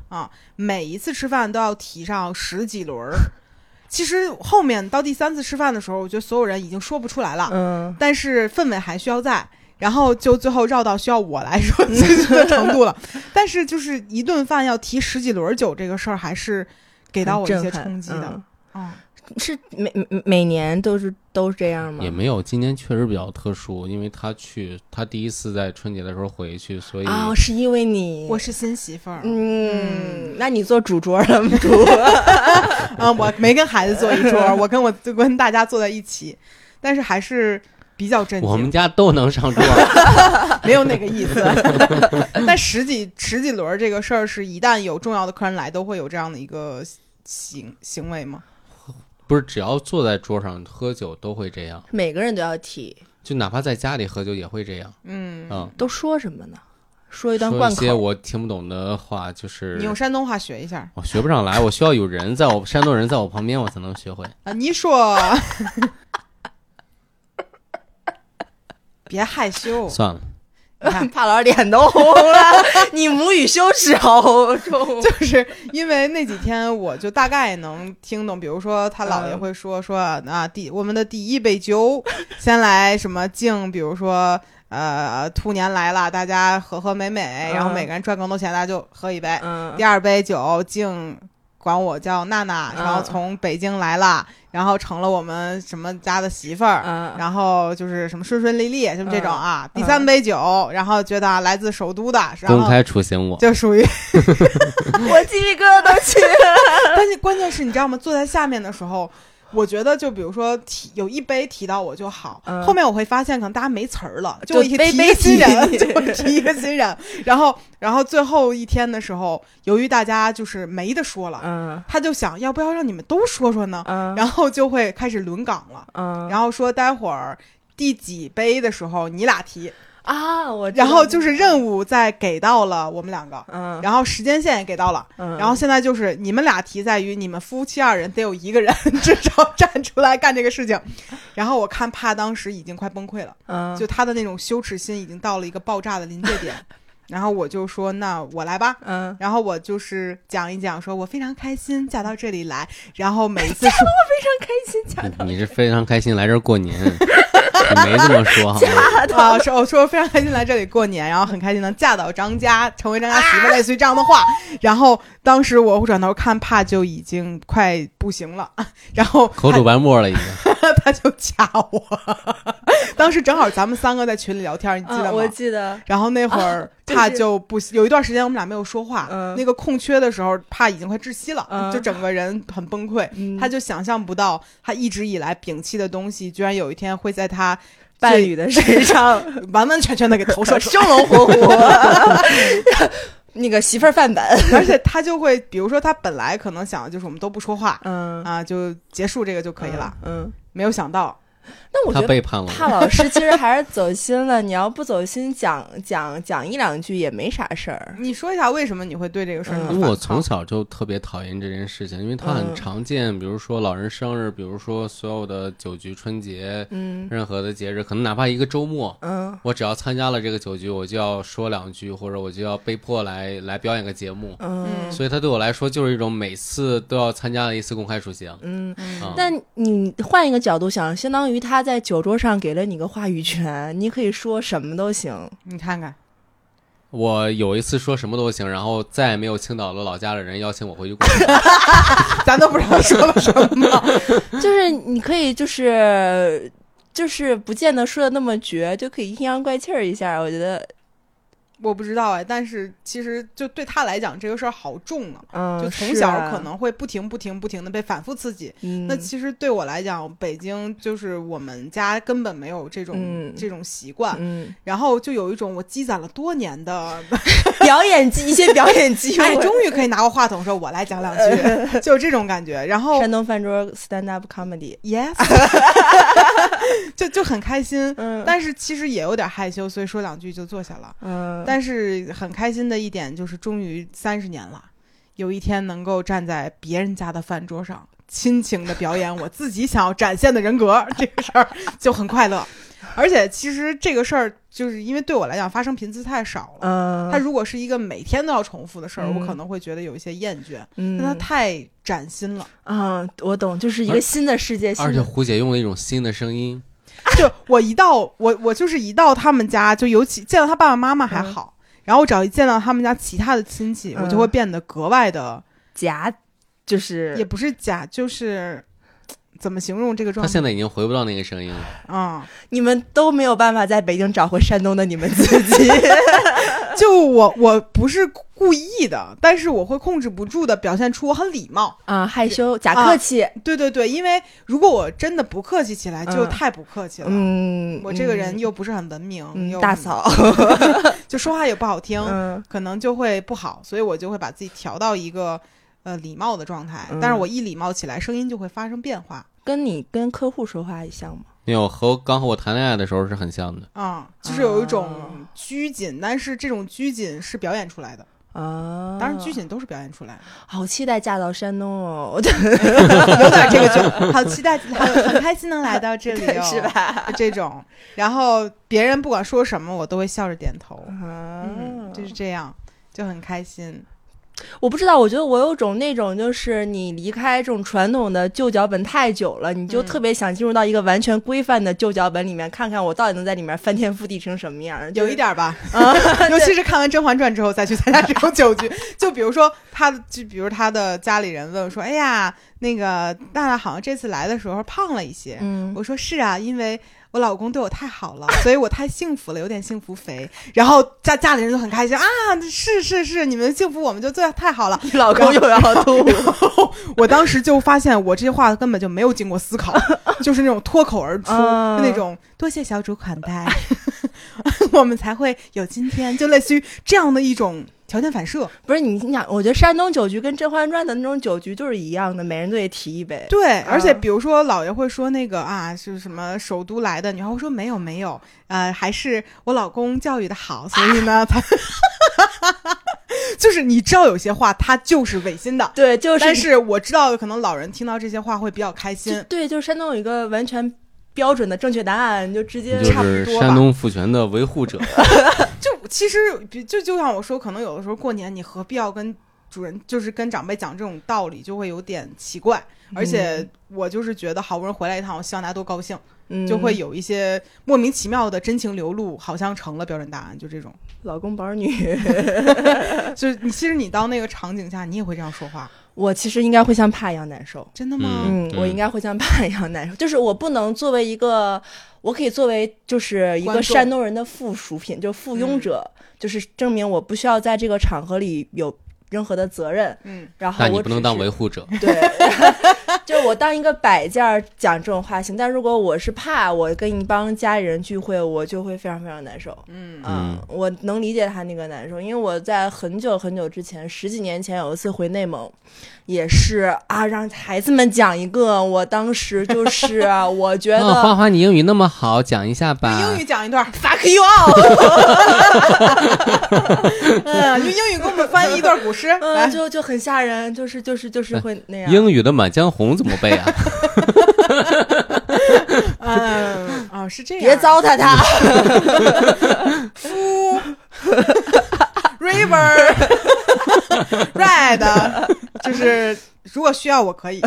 每一次吃饭都要提上十几轮儿。 其实后面到第三次吃饭的时候，我觉得所有人已经说不出来了，嗯但是氛围还需要在。然后就最后绕到需要我来说的程度了，但是就是一顿饭要提十几轮酒这个事儿，还是给到我一些很震撼冲击的嗯。嗯，是每每每年都是都是这样吗？也没有，今年确实比较特殊，因为他去，他第一次在春节的时候回去，所以啊、是因为你我是新媳妇儿， 嗯，那你做主桌了吗？ 主啊，我没跟孩子坐一桌，我跟我就跟大家坐在一起，但是还是比较震我们惊，家都能上桌。没有那个意思。呃但十几十几轮儿这个事儿，是一旦有重要的客人来，都会有这样的一个行行为吗？不是，只要坐在桌上喝酒都会这样， 每个人都要提，就哪怕在家里喝酒也会这样。嗯，嗯，都说什么呢？说一段说贯一口些我听不懂的话，就是你用山东话学一下我学不上来，我需要有人在我山东人在我旁边，我才能学会。啊，你说。 别害羞，算了，你 看，帕老师脸都红了， 你母语羞耻好重。就是因为那几天我就大概能听懂，比如说他姥爷嗯会说说啊，第我们的第一杯酒，先来什么敬，比如说呃兔年来了，大家和和美美，嗯然后每个人赚更多钱，大家就喝一杯。嗯第二杯酒敬，管我叫娜娜，嗯然后从北京来了，然后成了我们什么家的媳妇儿，嗯然后就是什么顺顺利利，就是这种啊。嗯第三杯酒，然后觉得啊来自首都的，然公后开处刑我。就属 于嗯我鸡皮疙瘩都起。但是关键是你知道吗？坐在下面的时候，我觉得就比如说提有一杯提到我就好，嗯后面我会发现可能大家没词儿了，就一杯提一 杯个新提人，你就会提一个新人。然后，然后最后一天的时候，由于大家就是没得说了，嗯他就想要不要让你们都说说呢？嗯然后就会开始轮岗了，嗯然后说待会儿。第几杯的时候你俩提，啊，我然后就是任务再给到了我们两个，嗯，然后时间线也给到了，然然后现在就是你们俩题在于你们夫妻二人得有一个人 至少站出来干这个事情，然后我看帕当时已经快崩溃了，嗯就他的那种羞耻心已经到了一个爆炸的临界 点，然后我就说那我来吧，嗯然后我就是讲一讲，说我非常开心嫁到这里来，然后每一次说开心假你你是非常开心来这儿过年，你没这么说好吗？ 啊说我说非常开心来这里过年，然后很开心能嫁到张家，成为张家媳啊妇，类似于这样的话，然后当时我转头看帕就已经快不行了，然后口他吐白沫了已经。 他就掐我。当时正好咱们三个在群里聊天，你记得吗？啊嗯我记得，然后那会 儿就是怕就不有一段时间我们俩没有说话，嗯那个空缺的时候，怕已经快窒息了，嗯就整个人很崩溃。嗯他就想象不到，他一直以来摒弃的东西，居然有一天会在他伴侣的身上 完完全全的给投射出来。 生龙活虎， 那个媳妇儿范本， 而且他就会，比如说他本来可能想的就是我们都不说话嗯，啊，就结束这个就可以了。，嗯。没有想到，那我他觉得背叛了帕老师其实还是走心了，你要不走心讲讲讲一两句也没啥事儿。你说一下为什么你会对这个事儿那么我，反因为抗？我从小就特别讨厌这件事情，因为它很嗯常见，比如说老人生日，比如说所有的酒局、春节，嗯任何的节日，可能哪怕一个周末，嗯我只要参加了这个酒局，我就要说两句，或者我就要被迫来来表演个节目。嗯所以它对我来说就是一种每次都要参加的一次公开处刑。嗯。啊但你换一个角度想，相当于他在酒桌上给了你个话语权，你可以说什么都行。你看看。我有一次说什么都行，然后再也没有青岛的老家的人邀请我回 去过年。咱都不知道说了什么。 就是你可以就是就是不见得说的那么绝，就可以阴阳怪气儿一下。我觉得我不知道哎，但是其实就对他来讲，这个事儿好重啊。嗯，就从是小啊可，能会不停、不停、不停的被反复刺激。嗯那其实对我来讲，北京就是我们家根本没有这种、嗯这种习惯，嗯，然后就有一种我积攒了多年的，表演机一些 表演机哎，会，呃终于可以拿过话筒说我来讲两句， 就这种感觉。然后山东饭桌 stand up comedy， yes，就就很开心，嗯但是其实也有点害羞，所以说两句就坐下了。嗯，但是很开心的一点就是，终于三十年了，有一天能够站在别人家的饭桌上，亲情的表演我自己想要展现的人格， 这个事儿就很快乐。而且其实这个事儿，就是因为对我来讲发生频次太少了。嗯，它如果是一个每天都要重复的事儿，我嗯可能会觉得有一些厌倦，但它嗯太崭新了。 嗯，我懂，就是一而个新的世界，新而且的胡姐用了一种新的声音，就我一到我我就是一到他们家，就尤其见到他爸爸妈妈还好，然后我只要一见到他们家其他的亲戚，我就嗯会变得格外的，夹就是也不是假，就是怎么形容这个状嗯她态现在已经回不到那个声音了。啊、你们都没有办法在北京找回山东的你们 自己。就我我不是故意的，但是我会控制不住的表现出我很礼貌。啊，害羞假啊客气，对对对，因为如果我真的不客气起来，就嗯太不客气了。嗯，我这个人又不是很文明，嗯又大嫂，就说话也不好听，嗯可能就会不好，所以我就会把自己调到一个呃礼貌的状态。嗯但是我一礼貌起来，声音就会发生变化跟你跟客户说话像吗？没有和刚和我谈恋爱的时候是很像的，啊、就是有一种啊拘谨，但是这种拘谨是表演出来的，啊，当然拘谨都是表演出来的。 好期待嫁到山东哦，我有点这个就好期待，好很开心能来到这里、哦， 是？吧？这种，然后别人不管说什么，我都会笑着点头，嗯啊，，就是这样，就很开心。我不知道，我觉得我有种那种，就是你离开这种传统的旧脚本太久了，你就嗯特别想进入到一个完全规范的旧脚本里面，看看我到底能在里面翻天覆地成什么样儿。就有是一，点儿吧，啊尤其是看完《甄嬛传》之后再去参加这种酒局， 就比如说他，就比如他的家里人问说：“哎呀，那个娜娜好像这次来的时候胖了一些。嗯，我说：“是啊，因为我老公对我太好了， 所以我太幸福了，有点幸福肥。”然后家家里人就很开心啊，是是是，你们幸福我们就最太好了。你老公又要吐， 我当时就发现我这些话根本就没有经过思考，就是那种脱口而出、嗯那种“多谢小主款待， 我们才会有今天”，就类似于这样的一种条件反射。 不是你，你想，我觉得山东酒局跟《甄嬛传》的那种酒局就是一样的，每人都得提一杯。对，而且嗯比如说姥爷会说那个啊是什么首都来的，女孩会说没有没有，呃，还是我老公教育的好，所以呢，他 就是你知道有些话他就是违心的。对，就是但是我知道，可能老人听到这些话会比较开就心。对，就是山东有一个完全标准的正确答案，你就直接就差不是多吧山东父权的维护者。就其实比就就像我说，可能有的时候过年你何必要跟主人，就是跟长辈讲这种道理，就会有点奇怪。而且我就是觉得好不容易回来一趟，我希望大家都高兴，嗯就会有一些莫名其妙的真情流露，好像成了标准答案，就这种。老公宝女。就是你其实你到那个场景下，你也会这样说话，我其实应该会像怕一样难受。真的吗？嗯，我嗯应该会像爸一样难受， 就是我不能作为一个，我可以作为就是一观个众山东人的附属品，就附庸者，嗯就是证明我不需要在这个场合里有任何的责任，嗯然后但啊你我不能只当是维护者， 对，就是我当一个摆件儿讲这种话行，但如果我是怕我跟一帮家里人聚会，我就会非常非常难受。嗯嗯，我能理解他那个难受，因为我在很久很久之前，十几年前有一次回内蒙，也是啊，让孩子们讲一个，我当时就是啊我觉那得啊花花，你英语那么好，讲一下吧。英语讲一段， fuck you all，嗯，用英语给我们翻译一段古诗，来嗯，，就就很吓人，就是就是就是会那样。英语的《满江红》怎么背 啊？嗯，哦，是这样，别糟蹋他，夫 river red，就是如果需要我 可以，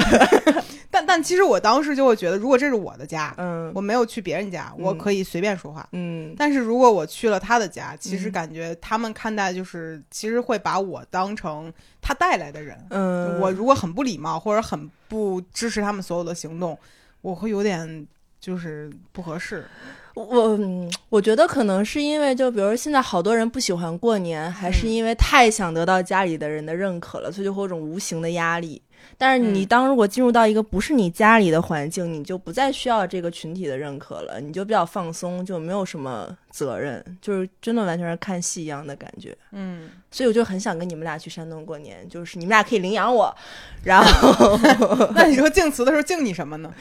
但但其实我当时就会觉得，如果这是我的家，嗯我没有去别人家，我可以随便说话。嗯但是如果我去了他的家，其实嗯感觉他们看待就是，其实会把我当成他带来的人。嗯，我如果很不礼貌或者很不支持他们所有的行动，我会有点就是不合适。我嗯我觉得可能是因为，就比如现在好多人不喜欢过年，还是嗯因为太想得到家里的人的认可了，所以就会有种无形的压力。但是你嗯当如果进入到一个不是你家里的环境，你就不再需要这个群体的认可了，你就比较放松，就没有什么责任，就是真的完全是看戏一样的感觉。嗯，所以我就很想跟你们俩去山东过年，就是你们俩可以领养我，然后 那你说敬词的时候敬你什么呢？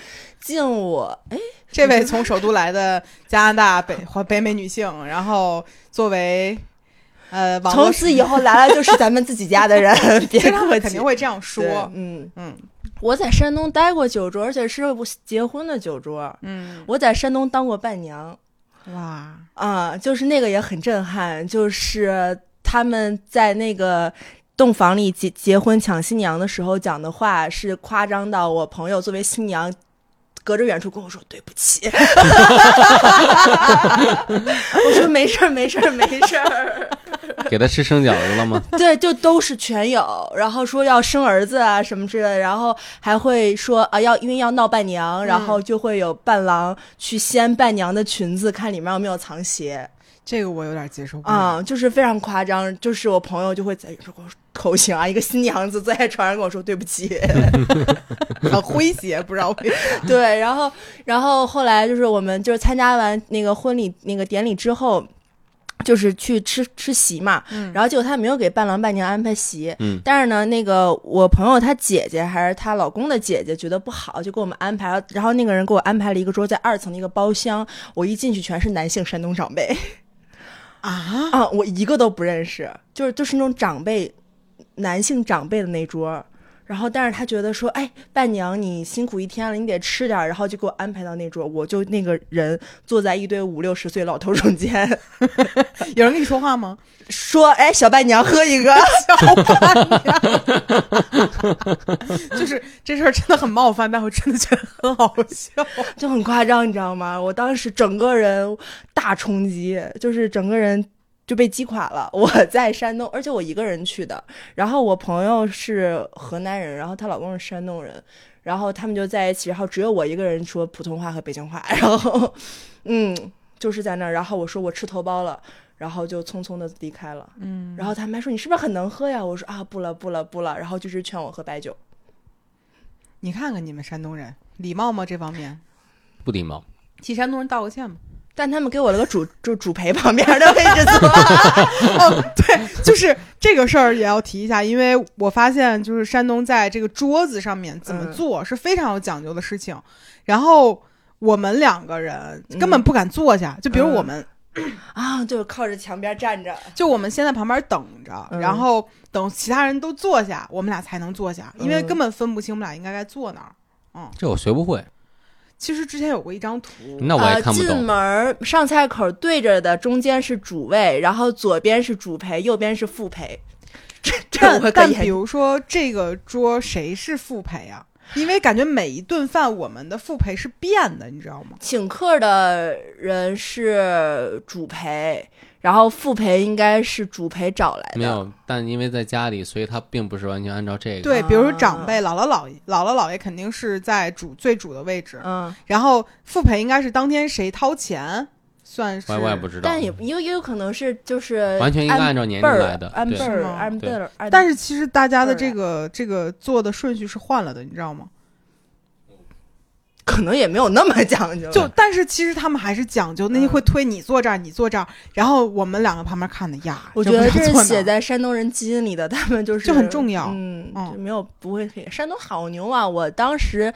敬我。哎，这位从首都来的加拿大北华北美女性，然后作为呃网络从此以后来了就是咱们自己家的人， 其别实他客们气肯定。会这样对说，嗯嗯我在山东待过酒桌，而且是我结婚的酒桌。嗯，我在山东当过伴娘哇，啊，就是那个也很震撼，就是他们在那个。洞房里结结婚抢新娘的时候讲的话是夸张到我朋友作为新娘，隔着远处跟我说对不起， 我说没事儿没事儿没事儿，给他吃生饺子了吗？对，就都是全有，然后说要生儿子啊什么之类的，然后还会说啊要因为要闹伴娘，然后就会有伴郎去掀伴娘的裙子，看里面有没有藏鞋这个我有点接受不了。啊、就是非常夸张。就是我朋友就会在远处跟我说口型啊，一个新娘子坐在床上跟我说对不起，嗯很诙谐，不知道为什么。对，然后然后后来就是我们就是参加完那个婚礼那个典礼之后。就是去吃吃席嘛，嗯然后结果他没有给伴郎伴娘安排席，嗯但是呢，那个我朋友她姐姐还是她老公的姐姐觉得不好，就给我们安排了，然后那个人给我安排了一个桌在二层的一个包厢，我一进去全是男性山东长辈啊，啊，我一个都不认识，就是就是那种长辈，男性长辈的那桌。然后，但是他觉得说，哎，伴娘你辛苦一天了，你得吃点儿，然后就给我安排到那桌，我就那个人坐在一堆五六十岁老头中间， 有人跟你说话 吗？说，哎，小伴娘喝一个， 就是这事儿真的很冒犯，但我真的觉得很好笑。就很夸张，你知道吗？我当时整个人大冲击，就是整个人就被击垮了。 我在山东，而且我一个人去的，然后我朋友是河南人，然后她老公是山东人，然后他们就在一起，然后只有我一个人说普通话和北京话， 然后嗯，就是在那儿，然后我说我吃头孢了。然后就匆匆的离开了，嗯，然后他们还说你是不是很能喝呀？我说啊，不了不了不了，然后就是劝我喝白酒，你看看你们山东人礼貌吗？这方面不礼貌。替山东人道个歉吧。但他们给我了个主就主陪旁边的位置坐，哦，对，就是这个事儿也要提一下，因为我发现就是山东在这个桌子上面怎么嗯做是非常有讲究的事情。然后我们两个人根本不敢坐下，就比如我们啊，就是靠着墙边站着，就我们先在旁边等着，嗯然后等其他人都坐下，我们俩才能坐下，因为嗯根本分不清我们俩应该该坐哪儿。这我学不会，其实之前有过一张图，那我也看不呃、进懂。门儿上菜口儿对着的中间是主位，然后左边是主陪，右边是副陪。 这这我但可但以比很如说这个桌谁是副陪啊？因为感觉每一顿饭我们的副陪是变的，你知道吗？请客的人是主陪，然后副陪应该是主陪找来的。没有，但因为在家里，所以他并不是完全按照这个。对，比如说啊长辈、姥姥姥爷、姥姥姥爷肯定是在主最主的位置，嗯，然后副陪应该是当天谁掏钱算是。我也我也不知道，但也也也有可能是就是完全应该按照年辈龄儿来的。按对辈儿是吗按辈对儿，按但是其实大家的辈儿这个这个做的顺序是换了的，你知道吗？可能也没有那么讲究。就但是其实他们还是讲究，那些嗯会推你坐这儿，你坐这儿，然后我们两个旁边看的呀，我就觉不得知道这坐哪是写儿在山东人基因里的，他们就是就很重要嗯，嗯就没有不会可以。山东好牛啊！我当时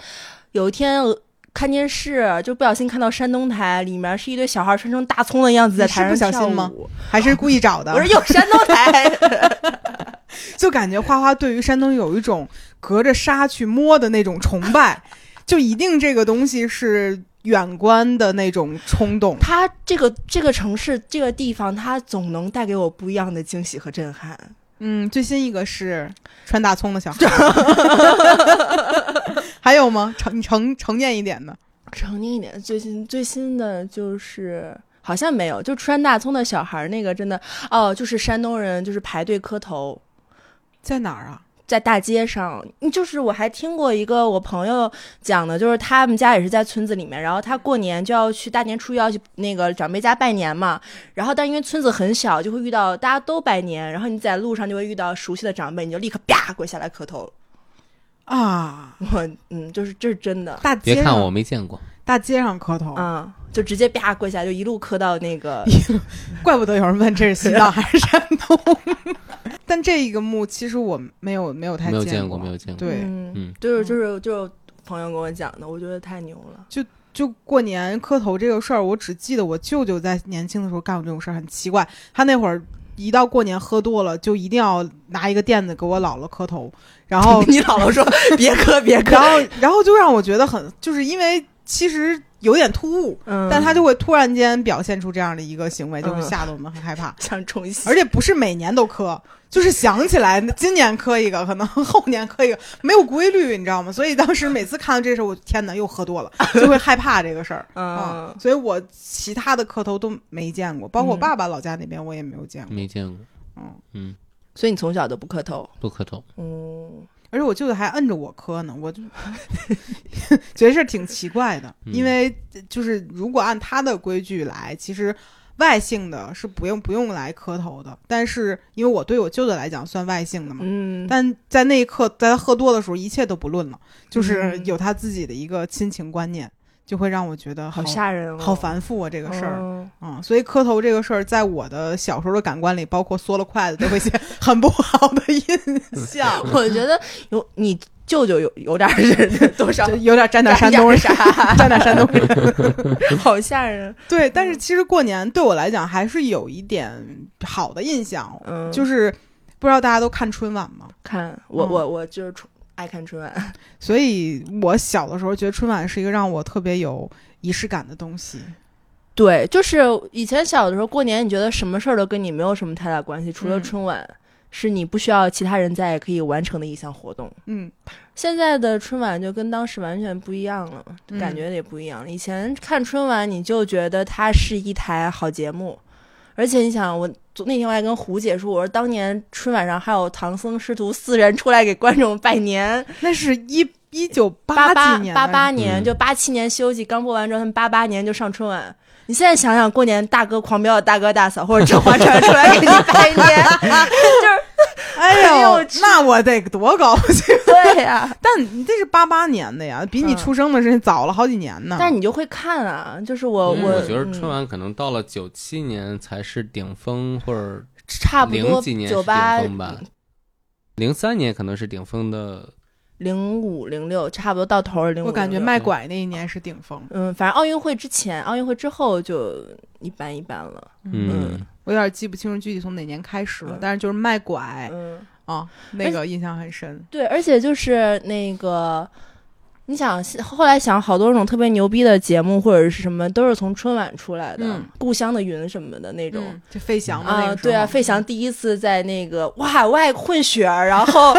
有一天呃看电视，就不小心看到山东台里面是一堆小孩穿成大葱的样子在台你是不上小跳心吗舞。还是故意找的我，说有山东台， 就感觉花花对于山东有一种隔着纱去摸的那种崇拜，就一定这个东西是远观的那种冲动。它这个这个城市这个地方，它总能带给我不一样的惊喜和震撼。嗯，最新一个是穿大葱的小孩儿， 还有吗？成你成成年一点的，成年一点，最新最新的就是好像没有，就穿大葱的小孩儿那个真的哦，就是山东人就是排队磕头。在哪儿啊？在大街上，嗯就是我还听过一个我朋友讲的，就是他们家也是在村子里面，然后他过年就要去大年初一要去那个长辈家拜年嘛，然后但因为村子很小，就会遇到大家都拜年，然后你在路上就会遇到熟悉的长辈，你就立刻啪跪下来磕头。 啊，我嗯，就是这是真的，大别街看我上没见过，大街上磕头，嗯，就直接啪跪下来，就一路磕到那 个怪不得有人问这是西藏还是山东。 但这一个墓其实我没有没有太没有见见过，没有见过。对，嗯嗯，就嗯是就是就是朋友跟我讲的，我觉得太牛了。就过年磕头这个事儿，我只记得我舅舅在年轻的时候干过这种事儿，很奇怪。他那会儿一到过年喝多了，就一定要拿一个垫子给我姥姥磕头，然后哦你姥姥说别磕别磕然，后然后就让我觉得很，就是因为其实有点突兀，嗯，但他就会突然间表现出这样的一个行为，就是嗯吓得我们很害怕。想重新，而且不是每年都磕，就是想起来今年磕一个，可能后年磕一个，没有规律，你知道吗？所以当时每次看到这事儿，我天哪，又喝 多了，就会害怕这个事儿。嗯啊，，所以我其他的磕头都没见过，包括我嗯爸爸老家那边我也没有见过。没见过，嗯嗯，所以你从小都不磕头，不磕头。嗯，而且我舅舅还摁着我磕呢，我就觉得这挺奇怪的，嗯因为就是如果按他的规矩来，其实外姓的是不用不用来磕头的，但是因为我对我舅舅来讲算外姓的嘛，嗯，但在那一刻，在他喝多的时候，一切都不论了，就是嗯有他自己的一个亲情观念，就会让我觉得好吓人哦，好繁复啊这个事儿。嗯嗯，所以磕头这个事儿，在我的小时候的感官里，包括缩了筷子，都会些 很不好的印象，我觉得有你舅舅有有点儿是多 少就有点沾点山东人，啥， 沾点山东 人。好吓人，对，但是其实过年对我来讲还是有一点好的印象，哦嗯，就是不知道大家都看春晚吗？看我嗯我我就是春爱看春 晚，所以我小的时候觉得春晚是一个让我特别有仪式感的东西。对，就是以前小的时候过年，你觉得什么事儿都跟你没有什么太大关系，除了嗯春晚、是你不需要其他人在也可以完成的一项活动。嗯，现在的春晚就跟当时完全不一样了，感觉也不一样了。以前看春晚，你就觉得它是一台好节目，而且你想，我昨那天我还跟胡姐说，我说当年春晚上还有唐僧师徒四人出来给观众拜年，那是一一九八几年的八八年哎嗯就八七年休息刚播完之后，他们八八年就上春晚。你现在想想，过年大哥狂飙的大哥大嫂或者甄嬛传出来给你拜年， 就哎是哎呦呦，那我得多高兴！对呀、但你这是八八年的呀，比你嗯出生的是早了好几年呢。但你就会看啊，就是我因为我觉得春嗯晚可能到了九七年才是顶峰，或者差不零多几年是九顶八峰吧，零三年可能是顶峰的。零五零六，差不多到头零五。我感觉06卖拐那一年是顶峰，嗯，反正奥运会之前，奥运会之后就一般一般了。嗯，我有点记不清楚具体从哪年开始了，嗯但是就是卖拐嗯，啊，那个印象很深。对，而且就是那个，你想后来想，好多那种特别牛逼的节目或者是什么，都是从春晚出来的，嗯故乡的云》什么的那种。嗯，就飞翔的那啊、个时候对啊，费翔第一次在那个哇外混血儿，然后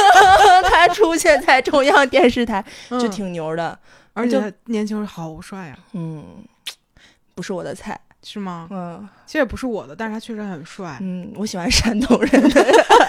他出现在中央电视台，就，嗯挺牛的。而且就他年轻时候好帅啊，嗯，不是我的菜。是吗？嗯其实也不是我的，但是他确实很帅。嗯，我喜欢山东人。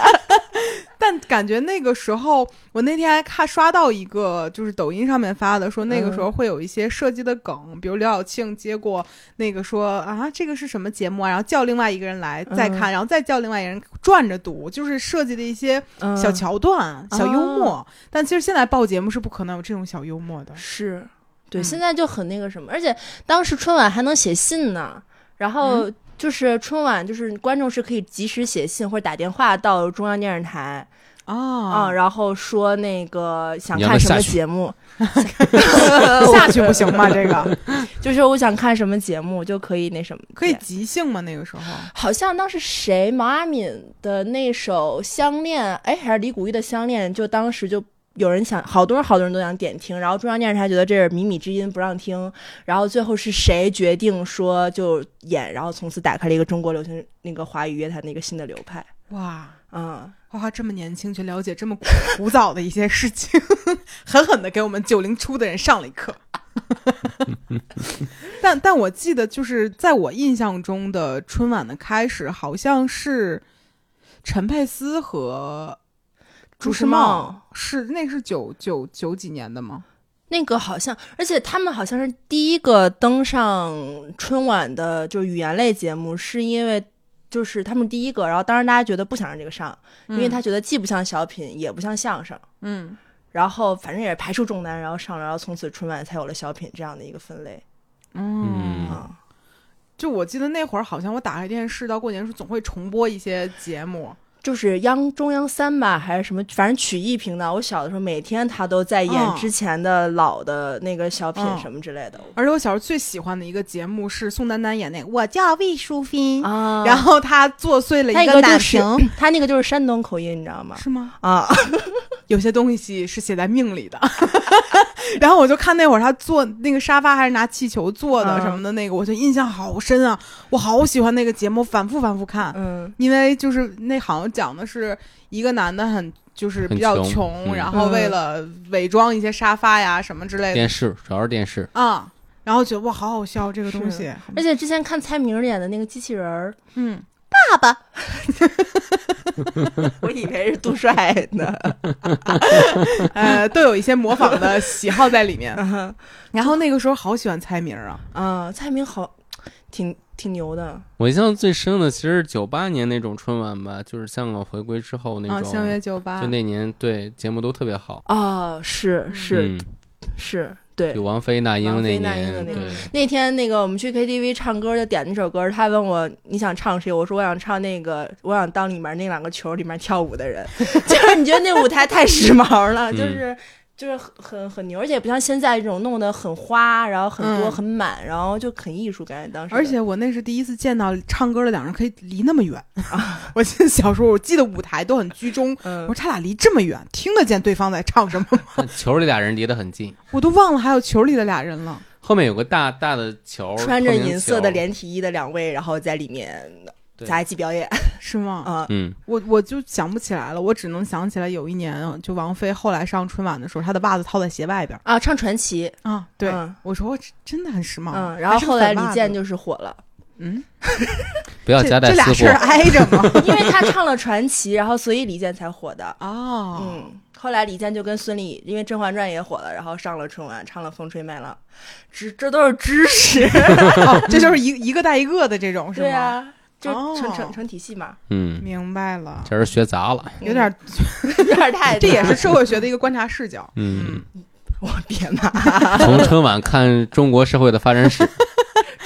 但感觉那个时候，我那天还看刷到一个，就是抖音上面发的，说那个时候嗯会有一些设计的梗，比如刘晓庆接过那个说啊，这个是什么节目啊，然后叫另外一个人来再看，然后再叫另外一个人转着读，就是设计的一些嗯啊小桥段、小幽默。但其实现在报节目是不可能有这种小幽默的。是，对，嗯现在就很那个什么，而且当时春晚还能写信呢，然后嗯就是春晚就是观众是可以及时写信或者打电话到中央电视台啊、啊然后说那个想你要看不什要么下去节 目， 下去不行吗？这个就是我想看什么节目就可以那什么，可以。即兴吗？那个时候好像当时谁毛阿敏的那首《相恋》，哎，还是李谷一的《相恋》，就当时就有人想，好多人好多人都想点听，然后中央电视台觉得这是靡靡之音不让听，然后最后是谁决定说就演，然后从此打开了一个中国流行那个华语乐坛的一个新的流派。哇。嗯，花花这么年轻就了解这么古古早的一些事情， 狠狠的给我们九零初的人上了一课。 但但我记得，就是在我印象中的春晚的开始，好像是陈佩斯和朱时时茂茂是那是九九九几年的吗？那个好像，而且他们好像是第一个登上春晚的，就是语言类节目，是因为就是他们第一个，然后当时大家觉得不想让这个上，因为他觉得既不像小品，也不像相声，嗯，然后反正也是排除众难，然后上了，然后从此春晚才有了小品这样的一个分类嗯，嗯，啊、就我记得那会儿好像我打开电视到过年的时候总会重播一些节目，就是央中央三吧，还是什么，反正曲艺频道。我小的时候每天他都在演嗯之前的老的那个小品嗯什么之类的、而且我小时候最喜欢的一个节目是宋丹丹演那个《我叫魏淑芬》， 啊然后她做碎了他一那个奶就是瓶， 他那个就是山东口音，你知道吗？是吗？啊，有些东西是写在命里的。 然后我就看那会儿他做那个沙发还是拿气球做的嗯什么的那个，我就印象好深啊！我好喜欢那个节目，反复反复看，嗯。因为就是那好像讲的是一个男的很就是比较很穷，穷嗯然后为了伪装一些沙发呀什么之类的电视主要是电视，啊、然后觉得哇好好笑这个东西， 而且之前看蔡明演的那个机器人 儿嗯，爸爸，我以为是杜帅 呢。呃，都有一些模仿的喜好在里 面。啊、然后那个时候好喜欢猜名儿啊，蔡明好，挺挺牛的。我印象最深的其实是九八年那种春晚吧，就是香港回归之后那啊，种，相约九八，就那年对节目都特别好，啊、是是、嗯是，对有。王菲、那英王菲那那英的年，那对年，那天那个我们去 KTV 唱歌，就点那首歌，他问我你想唱谁，我说我想唱那个，我想当里面那两个球里面跳舞 的人，就是你觉得那舞台太时髦了，嗯就是。就是很很很牛，而且也不像现在这种弄得很花，然后很多、嗯很满，然后就很艺术感。当时的，而且我那是第一次见到唱歌的两人可以离那么 远我记得小时候，我记得舞台都很居中，我嗯说，他俩离这么远，听得见对方在唱什么吗，但球里俩人离得 很近， 我都忘了还有球里的俩人了。后面有个大大的球，穿着透明银色的球，连体衣的两位，然后在里面对杂 技表演是吗？啊，嗯，我我就想不起来了，我只能想起来有一年，就王菲后来上春晚的时候，她的袜子套在鞋外边啊，唱传奇，啊。对，嗯我说我这真的很时髦。嗯，然哦后还是个后来粉袜李子健，就是火了， 嗯，不要这夹带这俩私事儿货，挨着吗？ 因为他唱了传奇，然后所以李健才火的。哦，嗯，后来李健就跟孙俪，因为《甄嬛传》也火了，然后上了春晚，唱了《风吹麦浪》，知这都是知识，哦这就是一一个带一个的这种，是吗？对啊，就哦成成成体系嘛，嗯，明白了，这人学杂了，有点，嗯有点太， 这也是社会学的一个观察视角。嗯，我别 骂从春晚看中国社会的发展史，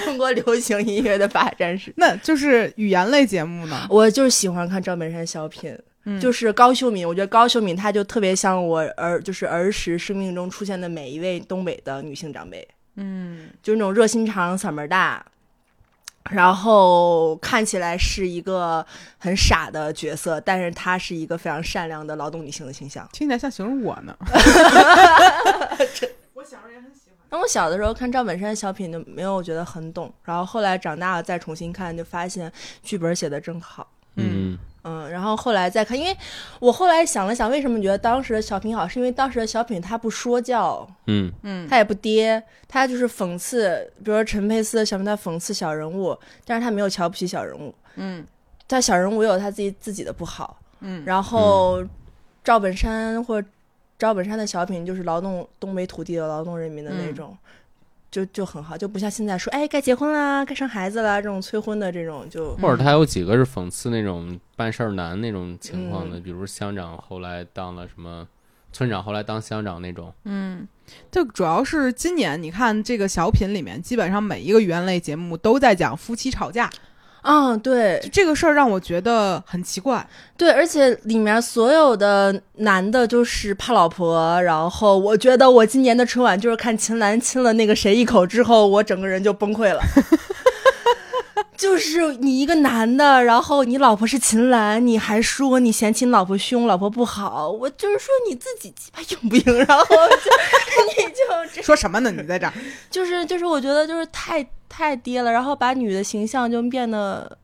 中国流行音乐的发展史。那就是语言类节目呢，我就是喜欢看赵本山小品，嗯就是高秀敏，我觉得高秀敏她就特别像我儿，就是儿时生命中出现的每一位东北的女性长辈，嗯就是那种热心肠、嗓门儿大，然后看起来是一个很傻的角色，但是她是一个非常善良的劳动女性的形象。听起来像形容我呢。我小时候也很喜欢。那我小的时候看赵本山小品就没有觉得很懂，然后后来长大了再重新看，就发现剧本写的真好。 嗯嗯，嗯，然后后来再看，因为我后来想了想，为什么觉得当时的小品好，是因为当时的小品它不说教，嗯，嗯，它也不跌，它就是讽刺，比如说陈佩斯的小品，它讽刺小人物，但是它没有瞧不起小人物，嗯他小人物也有他自己自己的不好。嗯然后赵本山或赵本山的小品就是劳动东北土地的劳动人民的嗯那种，就就很好，就不像现在说哎该结婚啦，该生孩子啦这种催婚的这种就或者他有几个是讽刺那种办事儿难那种情况嗯的，比如乡长后来当了什么，村长后来当乡长那种，嗯，就主要是今年你看这个小品里面，基本上每一个语言类节目都在讲夫妻吵架，嗯啊、对就这个事儿让我觉得很奇怪。对，而且里面所有的男的就是怕老婆，然后我觉得我今年的春晚就是看秦岚亲了那个谁一口之后，我整个人就崩溃了。 就是你一个男的，然后你老婆是秦岚，你还说你嫌弃你老婆凶，老婆不好，我就是说你自己鸡巴硬不硬，然后就 你就这说什么呢？你在这儿？就是就是我觉得就是太太跌了，然后把女的形象就变得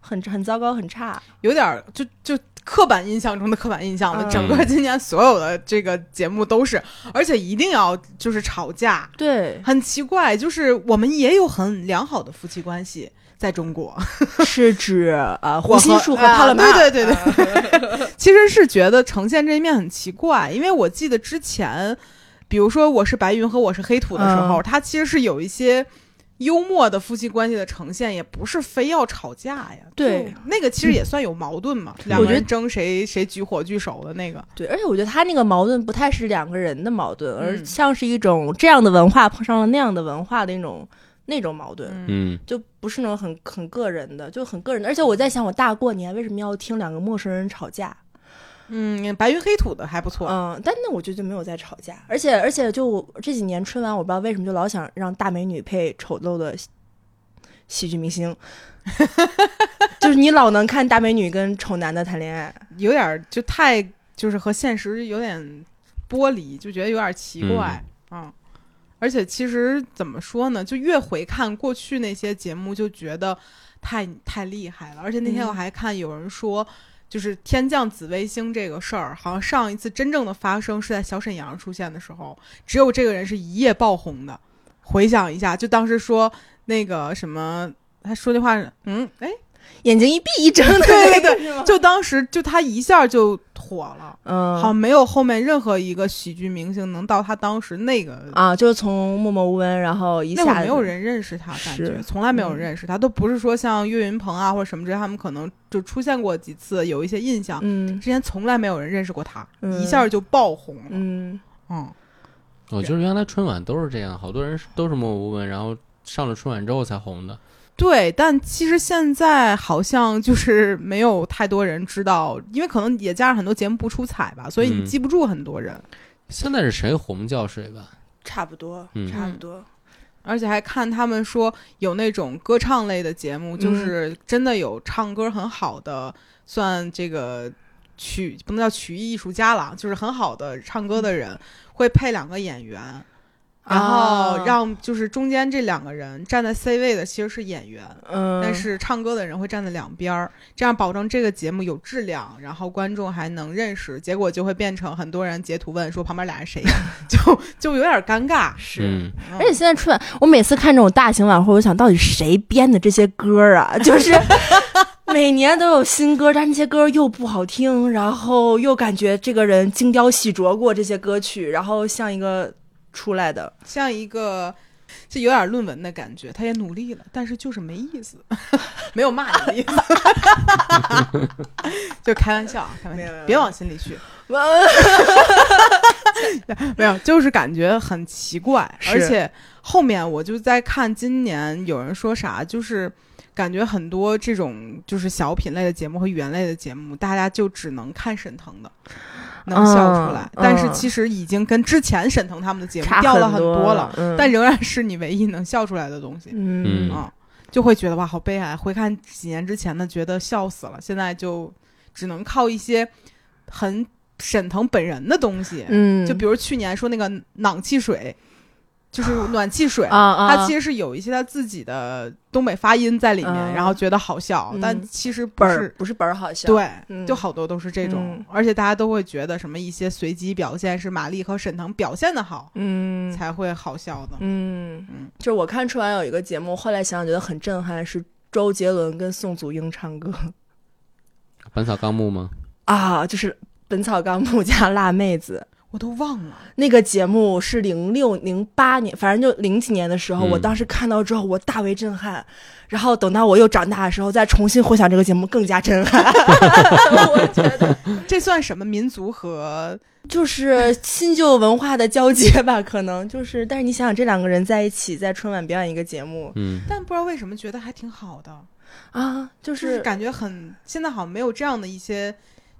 很很糟糕很差。有点儿就就刻板印象中的刻板印象的。嗯整个今年所有的这个节目都是，而且一定要就是吵架，，对很奇怪，就是我们也有很良好的夫妻关系。在中国， 是指呃我胡心树和啊帕勒马，对对对对，啊 其实是觉得呈现这一面很奇怪，因为我记得之前，比如说我是白云和我是黑土的时候，它其实是有一些幽默的夫妻关系的呈现，也不是非要吵架呀。对就，那个其实也算有矛盾嘛，两我个觉人得争谁谁举火炬手的那个。对，而且我觉得他那个矛盾不太是两个人的矛盾，而嗯像是一种这样的文化碰上了那样的文化的那种那种矛盾，嗯，嗯，就不是那种很很个人的，就很个人的。而且我在想，我大过年为什么要听两个陌生人吵架？嗯，白云黑土的还不错。嗯，但那我觉得就没有在吵架，而且而且就我这几年春晚，我不知道为什么就老想让大美女配丑陋的喜喜剧 明星，就是你老能看大美女跟丑男的谈恋爱，有点儿就太就是和现实有点剥离，就觉得有点奇怪，嗯。而且其实怎么说呢，就越回看过去那些节目，就觉得太太厉害了。而且那天嗯我还看有人说，就是天降紫微星这个事儿，好像上一次真正的发生是在小沈阳出现的时候，只有这个人是一夜爆红的。回想一下，就当时说那个什么，他说那话是，嗯，哎，眼睛一闭一睁的，对对对，是吗？就当时就他一下就火了。好像嗯。没有后面任何一个喜剧明星能到他当时那个，啊，就是从默默无闻，然后一那会下儿子没有人认识他，感觉是从来没有人认识他，都不是说像岳云鹏啊或者什么之类，他们可能就出现过几次，有一些印象。嗯之前从来没有人认识过他，嗯一下就爆红了。嗯嗯，我觉得原来春晚都是这样，好多人是都是默默无闻，然后上了春晚之后才红的。对，但其实现在好像就是没有太多人知道，因为可能也加上很多节目不出彩吧，所以你嗯记不住很多人，现在是谁红叫谁吧？差不多，嗯差不多，而且还看他们说有那种歌唱类的节目，嗯就是真的有唱歌很好的，算这个曲不能叫曲艺艺术家了，就是很好的唱歌嗯的人，会配两个演员，然后啊让就是中间这两个人站在 C 位的其实是演员，嗯，但是唱歌的人会站在两边儿，这样保证这个节目有质量，然后观众还能认识，结果就会变成很多人截图问说旁边俩人谁呀， 就就有点尴尬。是嗯，嗯而且现在春晚，我每次看这种大型晚会，我想到底谁编的这些歌儿啊？ 就是每年都有新歌，但是那些歌又不好听，然后又感觉这个人精雕细琢过这些歌曲，然后像一个出来 的。像一个这有点论文的感觉，他也努力了，但是就是没意 思，没有骂你的意思， 就开玩笑，开玩没笑有没有，别往心里去，嗯没有，就是感觉很奇怪，是而且后面我就在看今年有人说啥，就是。感觉很多这种就是小品类的节目和语言类的节目，大家就只能看沈腾的，能笑出来。嗯但是嗯其实已经跟之前沈腾他们的节目差掉了很多了，，嗯、但仍然是你唯一能笑出来的东西。嗯嗯嗯，就会觉得哇，好悲哀。回看几年之前的，觉得笑死了，现在就只能靠一些很沈腾本人的东西，嗯，就比如去年说那个暖气水，就是暖气水。啊啊，他其实是有一些他自己的东北发音在里面，啊然后觉得好笑，嗯但其实不本儿是，不是本儿好笑，对，嗯就好多都是这种，嗯而且大家都会觉得什么一些随机表现是马丽和沈腾表现的好、嗯，才会好笑的，嗯嗯，就是我看春晚有一个节目，后来想想觉得很震撼，是周杰伦跟宋祖英唱歌《本草纲目》吗？ 啊，就是《本草纲目》加辣妹子。我都忘了。那个节目是零六零八年，反正就零几年的时候，嗯我当时看到之后，我大为震撼。然后等到我又长大的时候，再重新回想这个节目，更加震撼。我觉得这算什么民族和 就是新旧文化的交接吧，可能就是。但是你想想，这两个人在一起在春晚表演一个节目嗯，但不知道为什么觉得还挺好的，啊，就就是是感觉很现在好像没有这样的一些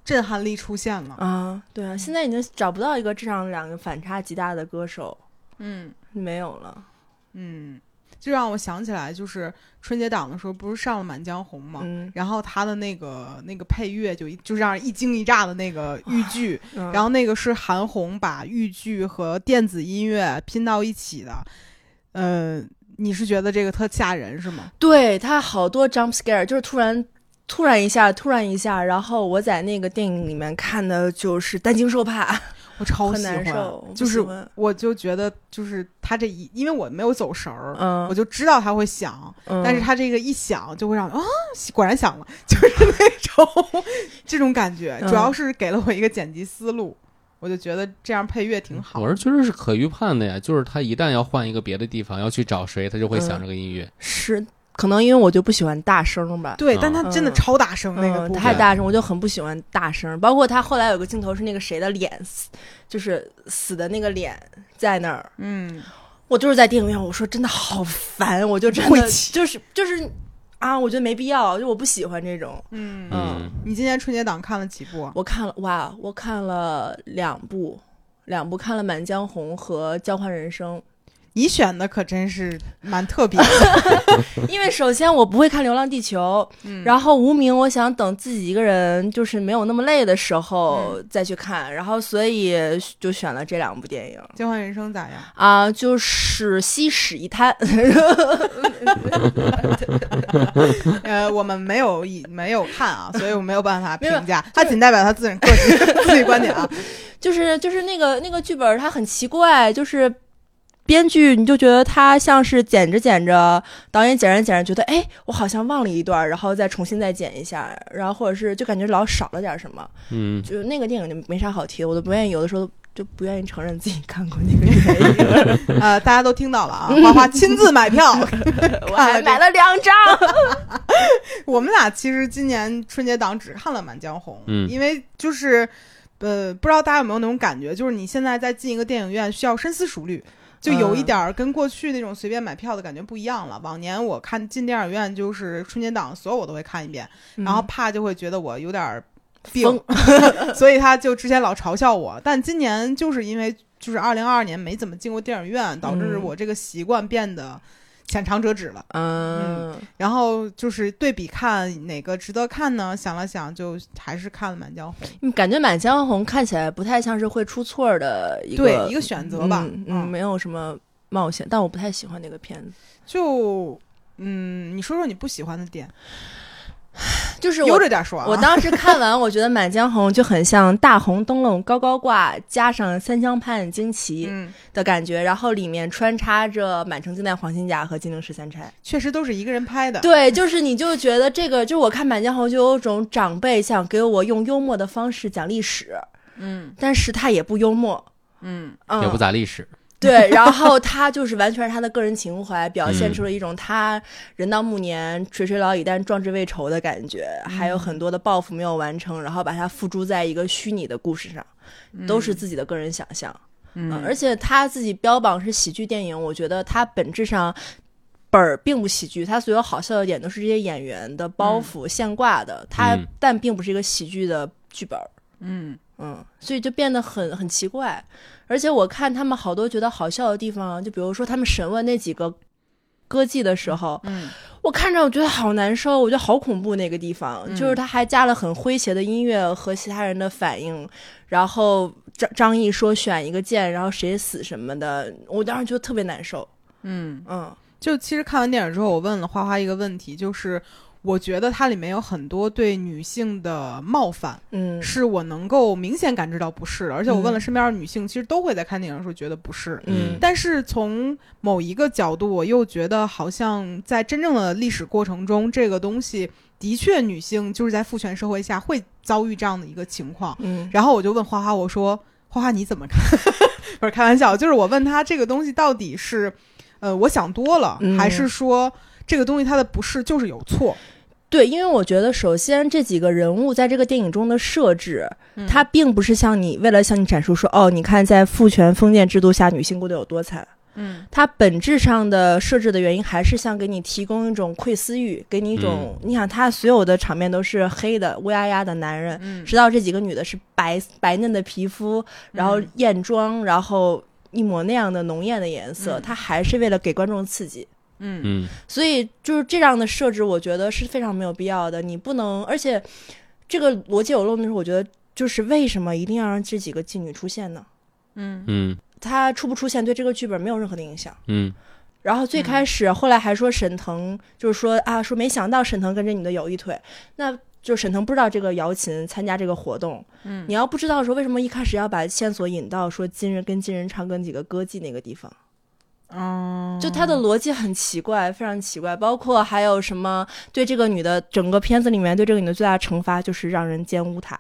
震撼力出现了。啊，对啊，现在已经找不到一个这样两个反差极大的歌手，嗯没有了。嗯，就让我想起来，就是春节档的时候不是上了《满江红》吗？嗯，然后他的那个那个配乐就一就是让人一惊一乍的那个豫剧，然然后那个是韩红把豫剧和电子音乐拼到一起的，呃，你是觉得这个特吓人是吗？对他好多 jump scare，就是突然突然一下，突然一下，然后我在那个电影里面看的就是担惊受怕，我 超很喜难欢，受，不就喜是欢我就觉得就是他这一，因为我没有走神儿。嗯我，就知道他会响，嗯但是他这个一响就会让啊，果然响了， 就是那种这种感觉。嗯主要是给了我一个剪辑思路，我就觉得这样配乐挺好。嗯我是觉得是可预判的呀，就是他一旦要换一个别的地方，要去找谁，他就会想这个音乐。是可能因为我就不喜欢大声吧。对，嗯但他真的嗯超大声、那个嗯，部分太大声，我就很不喜欢大声。包括他后来有个镜头是那个谁的脸，死就是死的那个脸在那儿。嗯，我就是在电影院，我说真的好烦，我就真晦的气就是就是啊，我觉得没必要，就我不喜欢这种。嗯，嗯，你今年春节档看了几部啊？我看了哇，我看了两部，两部看了《满江红》和《交换人生你选的可真是蛮特 别的。》，因为首先我不会看《流浪地球》嗯然后《无名》，我想等自己一个人就是没有那么累的时候再去看，然后所以就选了这两部电影。交换人生咋样？啊，就是西史一摊， 呃，我们没有以没有看啊，所以我没有办法没有评价，他仅代表他自己个人 自己观点啊。就是就是那个那个剧本，它很奇怪，就是编剧你就觉得他像是剪着剪着，导演剪着剪着觉得，哎，我好像忘了一段，然后再重新再剪一下，然后或者是就感觉老少了点什么，嗯，就那个电影就没啥好提的，我都不愿意，有的时候就不愿意承认自己看过那个电影，呃，大家都听到了啊，花花亲自买票。 我还买了两张，我们俩其实今年春节档只看了《满江红》，嗯因为就是呃，不知道大家有没有那种感觉，就是你现在在进一个电影院需要深思熟虑。就有一点儿跟过去那种随便买票的感觉不一样了。往年我看进电影院就是春节档，所有我都会看一遍， 然嗯后怕就会觉得我有点儿病， 所以他就之前老嘲笑我。但今年就是因为就是二零二二年没怎么进过电影院，导致嗯我这个习惯变得浅尝辄止了。嗯，然后就是对比看哪个值得看呢？想了想，就还是看了《满江红》嗯感觉《满江红》看起来不太像是会出错儿的一个对一个选择吧。嗯嗯，没有什么冒险，但我不太喜欢那个片子，就嗯，你说说你不喜欢的点，就是悠我。着点说啊。我当时看完，我觉得《满江红》就很像大红灯笼高高挂，加上三江畔旌旗嗯，的感觉，然后里面穿插着满城尽带黄金甲和金陵十三钗。确实都是一个人拍的。对，就是你就觉得这个，就是我看《满江红》就有种长辈想给我用幽默的方式讲历史，嗯但是他也不幽默，嗯嗯，也不咋历史。对，然后他就是完全是他的个人情怀，表现嗯出了一种他人到暮年垂垂老矣，但壮志未酬的感觉，还有很多的抱负没有完成，然后把它付诸在一个虚拟的故事上，都是自己的个人想象。呃嗯，而且他自己标榜是喜剧电影，我觉得他本质上。本儿并不喜剧，他所有好笑的点都是这些演员的包袱现挂的，他嗯但并不是一个喜剧的剧本。嗯嗯，所以就变得很很奇怪。而且我看他们好多觉得好笑的地方，啊就比如说他们审问那几个歌妓的时候，嗯我看着我觉得好难受，我觉得好恐怖那个地方，嗯就是他还加了很诙谐的音乐和其他人的反应，然后张张译说选一个键，然后谁死什么的，我当时觉得特别难受。嗯，嗯就其实看完电影之后，我问了花花一个问题，就是我觉得它里面有很多对女性的冒犯。嗯是我能够明显感知到不适的，而且我问了嗯身边的女性，其实都会在看电影的时候觉得不适。嗯但是从某一个角度，我又觉得好像在真正的历史过程中，这个东西的确女性就是在父权社会下会遭遇这样的一个情况。嗯然后我就问花花，我说：“花花你怎么看？” 不是开玩笑，就是我问他这个东西到底是，呃，我想多了，嗯还是说这个东西它的不适就是有错？对，因为我觉得首先这几个人物在这个电影中的设置，嗯它并不是像你为了向你展示说，哦，你看在父权封建制度下女性过得有多惨。嗯它本质上的设置的原因还是想给你提供一种窥私嗯欲，给你一种，你想他所有的场面都是黑的乌压压的男人，嗯直到这几个女的是白白嫩的皮肤，然后嗯艳妆，然后一抹那样的浓艳的颜色，嗯它还是为了给观众刺激。嗯嗯所以就是这样的设置，我觉得是非常没有必要的。你不能，而且这个逻辑有漏的是，我觉得就是为什么一定要让这几个妓女出现呢？嗯嗯她出不出现对这个剧本没有任何的影响。嗯然后最开始，后来还说沈腾，就是说啊，说没想到沈腾跟着你的有一腿，那就沈腾不知道这个姚琴参加这个活动，嗯你要不知道说为什么一开始要把线索引到说金人跟金人唱跟几个歌妓那个地方，嗯哦，就他的逻辑很奇怪，非常奇怪。包括还有什么对这个女的，整个片子里面对这个女的最大的惩罚就是让人奸污她。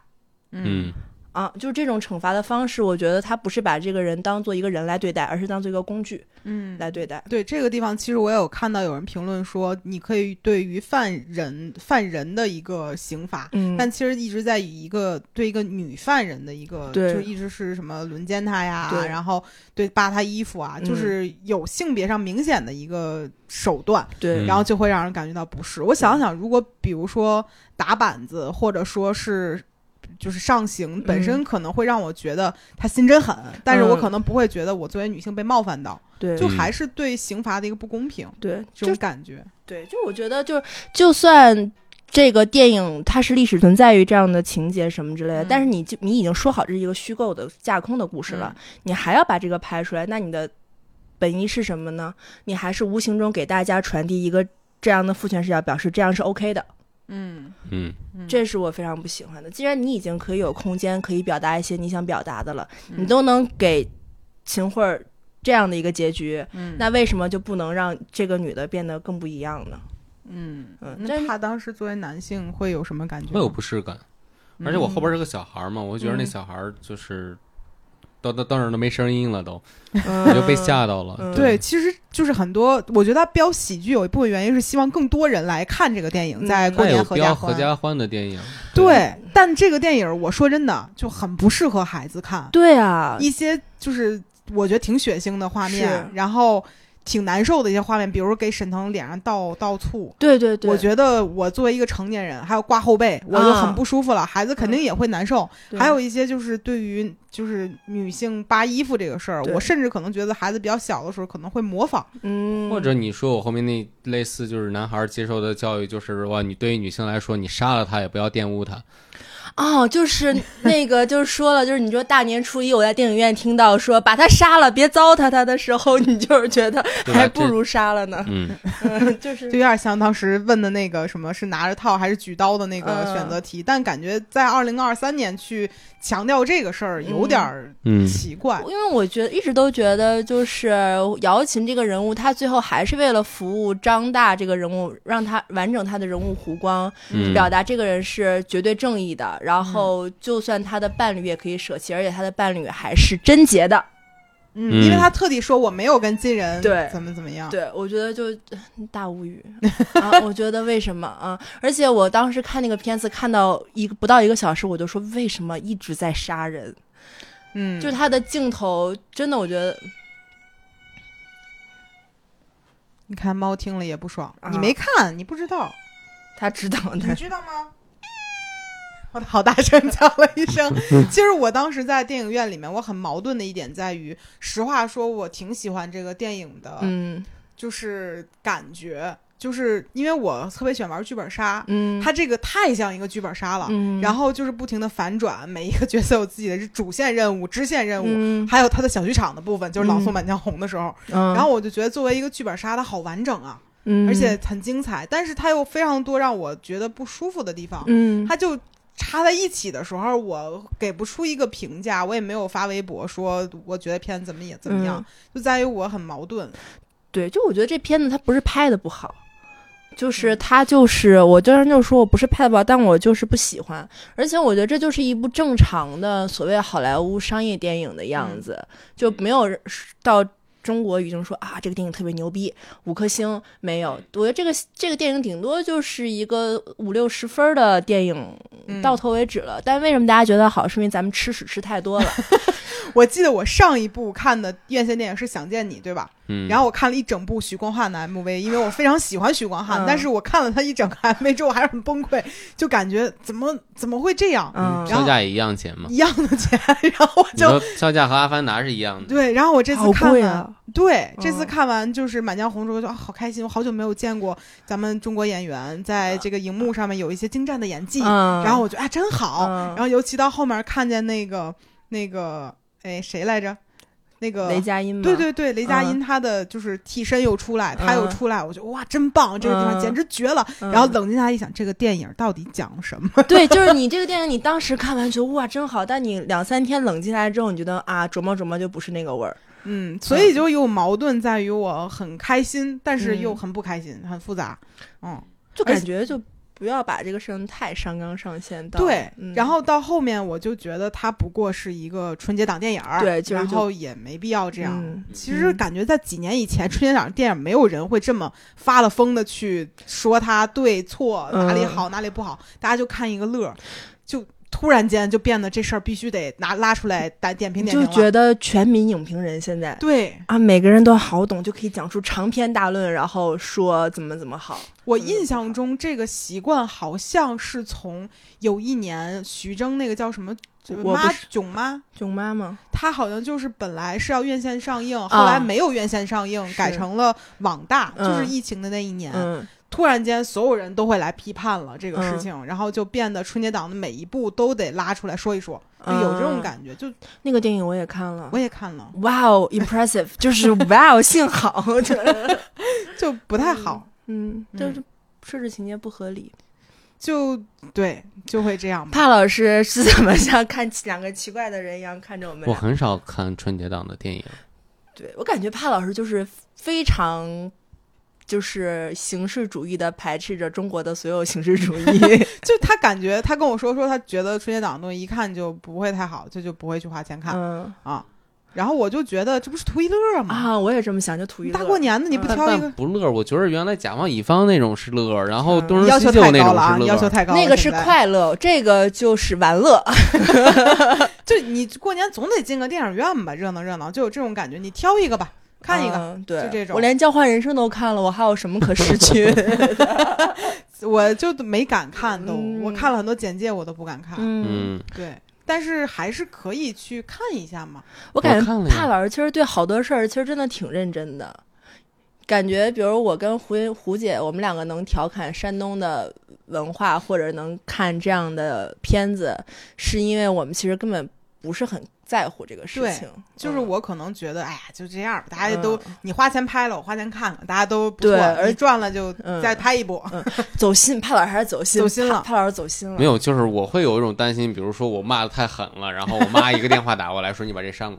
嗯，啊，就是这种惩罚的方式，我觉得他不是把这个人当做一个人来对待，而是当做一个工具嗯来对待。对这个地方，其实我也有看到有人评论说，你可以对于犯人犯人的一个刑罚，嗯但其实一直在以一个对一个女犯人的一个，对就一直是什么轮奸她呀，对然后对扒她衣服啊，嗯就是有性别上明显的一个手段，对，然后就会让人感觉到不适。我想想，如果比如说打板子，或者说是。就是上嗯刑本身可能会让我觉得他心真狠，但是我可能不会觉得我作为女性被冒犯到，对就嗯还是对刑罚的一个不公平，对，这就种感觉。对，就我觉得就是就算。这个电影它是历史存在于这样的情节什么之类的，嗯但是你就你已经说好这是一个虚构的架空的故事了，你还要把这个拍出来，那你的本意是什么呢？你还是无形中给大家传递一个这样的父权视角，表示这样是 OK 的，嗯嗯，这是我非常不喜欢的。既然你已经可以有空间可以表达一些你想表达的了，嗯你都能给秦桧儿这样的一个结局，嗯那为什么就不能让这个女的变得更不一样呢？嗯嗯，但那是他当时作为男性会有什么感觉吗？会有不适感。嗯而且我后边是个小孩儿嘛，我觉得那嗯小孩儿就是到到到那儿都没声音了都，我嗯就被吓到了。嗯对，其实就是很多，我觉得他标喜剧有一部分原因是希望更多人来看这个电影，嗯在过他有年合标家合欢。家欢的电影，对，但这个电影我说真的就很不适合孩子看，对啊，一些就是我觉得挺血腥的画面是，然后挺难受的一些画面，比如给沈腾脸上倒倒醋，对对对，我觉得我作为一个成年人，还有挂后背，我就很不舒服了，孩子肯定也会难受。对还有一些就是对于就是女性扒衣服这个事儿，对我甚至可能觉得孩子比较小的时候可能会模仿。嗯，或者你说我后面那类似就是男孩儿接受的教育，就是哇，你对于女性来说，你杀了她也不要玷污她。哦，就是那个，就是说了，就是你说大年初一我在电影院听到说把他杀了，别糟蹋他的时候，你就是觉得对吧还不这如杀了 呢，嗯，嗯就是就有点像当时问的那个什么是拿着套还是举刀的那个嗯选择题，但感觉在二零二三年去强调这个事儿有点儿嗯奇怪。因为我觉得一直都觉得，就是姚琴这个人物，她最后还是为了服务张大这个人物，让他完整他的人物弧光，嗯表达这个人是绝对正义的。然后，就算他的伴侣也可以舍弃，而且他的伴侣还是贞洁的。嗯，嗯因为他特地说我没有跟金人对怎么怎么样。对，我觉得就呃大无语 啊！我觉得为什么啊？而且我当时看那个片子，看到一个不到一个小时，我就说为什么一直在杀人？嗯，就是他的镜头，真的我觉得你看猫听了也不爽，啊你没看，你不知道。他知 道的你。知道吗？我好大声叫了一声。其实我当时在电影院里面，我很矛盾的一点在于，实话说，我挺喜欢这个电影的，嗯就是感觉，就是因为我特别喜欢玩剧本杀，嗯，它这个太像一个剧本杀了。嗯，然后就是不停的反转，每一个角色有自己的主线任务、支线任务，嗯还有他的小剧场的部分，就是朗诵《嗯满江红》的时候。嗯，然后我就觉得，作为一个剧本杀，它好完整啊。嗯，而且很精彩，但是它又非常多让我觉得不舒服的地方，嗯，它就插在一起的时候，我给不出一个评价，我也没有发微博说我觉得片子怎么也怎么嗯样，就在于我很矛盾。对，就我觉得这片子它不是拍的不好，嗯就是它就是我当时就说我不是拍的不好，但我就是不喜欢，而且我觉得这就是一部正常的所谓好莱坞商业电影的样嗯子，就没有人到。中国语境说啊，这个电影特别牛逼，五颗星没有。我觉得这个这个电影顶多就是一个五六十分儿的电影，嗯到头为止了。但为什么大家觉得好？是因为咱们吃屎吃 太多了。我记得我上一部看的院线电影是《想见你》，对吧？嗯，然后我看了一整部许光汉的 MV，因为我非常喜欢许光汉，嗯但是我看了他一整个 MV 之后，我还是很崩溃，就感觉怎么怎么会这样，嗯，然后票价也一样钱嘛，一样的钱， 然后我你就说票价和《阿凡达》是一样的。对，然后我这次好看贵完。啊！对，这次嗯看完就是《满江红》之后就啊，好开心！我好久没有见过咱们中国演员在这个荧幕上面有一些精湛的演技，嗯，然后我觉得啊，真好。嗯然后尤其到后面看见那个那个哎谁来着，那个雷佳音吗？对对对，雷佳嗯音他的就是替身又出来，他又嗯出来，我觉得哇，真棒，这个地方嗯简直绝了。嗯，然后冷静下来一想，这个电影到底讲什么？ 对，就是你这个电影，你当时看完觉得哇真好，但你两三天冷静下来之后，你觉得啊琢磨琢磨就不是那个味儿。嗯，所以就有矛盾在于我很开心，但是嗯又很不开心，很复杂。嗯，就而感觉就不要把这个事情太上纲上线到。对。嗯然后到后面我就觉得它不过是一个春节档电影儿，对其实然就后也没必要这样。嗯其实感觉在几年以前，春节档电影没有人会这么发了疯的去说它对错嗯哪里好哪里不好，大家就看一个乐儿，就突然间就变得这事儿必须得拿拉出来打点评你点评了。就觉得全民影评人现在对啊，每个人都好懂，就可以讲出长篇大论，然后说怎么怎么好。我印象中这个习惯好像是从有一年徐峥那个叫什么呃我不妈是囧妈，囧妈吗？她好像就是本来是要院线上映，后来没有院线上映，啊是改成了网大，嗯就是疫情的那一年。嗯，突然间所有人都会来批判了这个事情，然后就变得春节档的每一部都得拉出来说一说，就嗯有这种觉。感觉。就那个电影我也看了我。也看了，哇哦，impressive，就是 哇哦，幸 好，就是就不太好，嗯，嗯就是设置情节不合理。就对，就会这样 吧。帕老师是怎么像看两个奇怪的人一样看着我们我俩？很少看春节档的电影，对我感觉帕老师就是非常。就是形式主义的排斥着中国的所有形 式主义，就他感觉，他跟我说说，他觉得春节档的东西一看就不会太好，这就不会去花钱看、嗯啊。然后我就觉得这不是图一乐吗？啊，我也这么想，就图一乐嗯大过年的你不但挑一但个，不乐。我觉得原来甲方乙方那种是乐，然后嗯东成要求西就太那高种了啊！是乐，要求太高了，那个是现在，快乐，这个就是玩乐。就你过年总得进个电影院吧，热闹热闹，就有这种感觉。你挑一个吧，看一个，嗯对，就这种我连《交换人生》都看了，我还有什么可 失去？ 我就没敢看都，嗯我看了很多简介，我都不敢看。嗯，嗯，对，但是还是可以去看一下嘛。我感我看觉了呀帕老师其实对好多事儿其实真的挺认真的。感觉，比如我跟胡胡姐，我们两个能调侃山东的文化，或者能看这样的片子，是因为我们其实根本不是很在乎这个事对情。就是嗯我可能觉得，哎呀，就这样吧，大家都、你花钱拍了，我花钱看看，大家都不错，对而你赚了就嗯再拍一部。走心，帕老师还是走心，走心了帕帕老师走心了，没有，就是我会有一种担心，比如说我骂的太狠了，然后我妈一个电话打过来说你把这删了，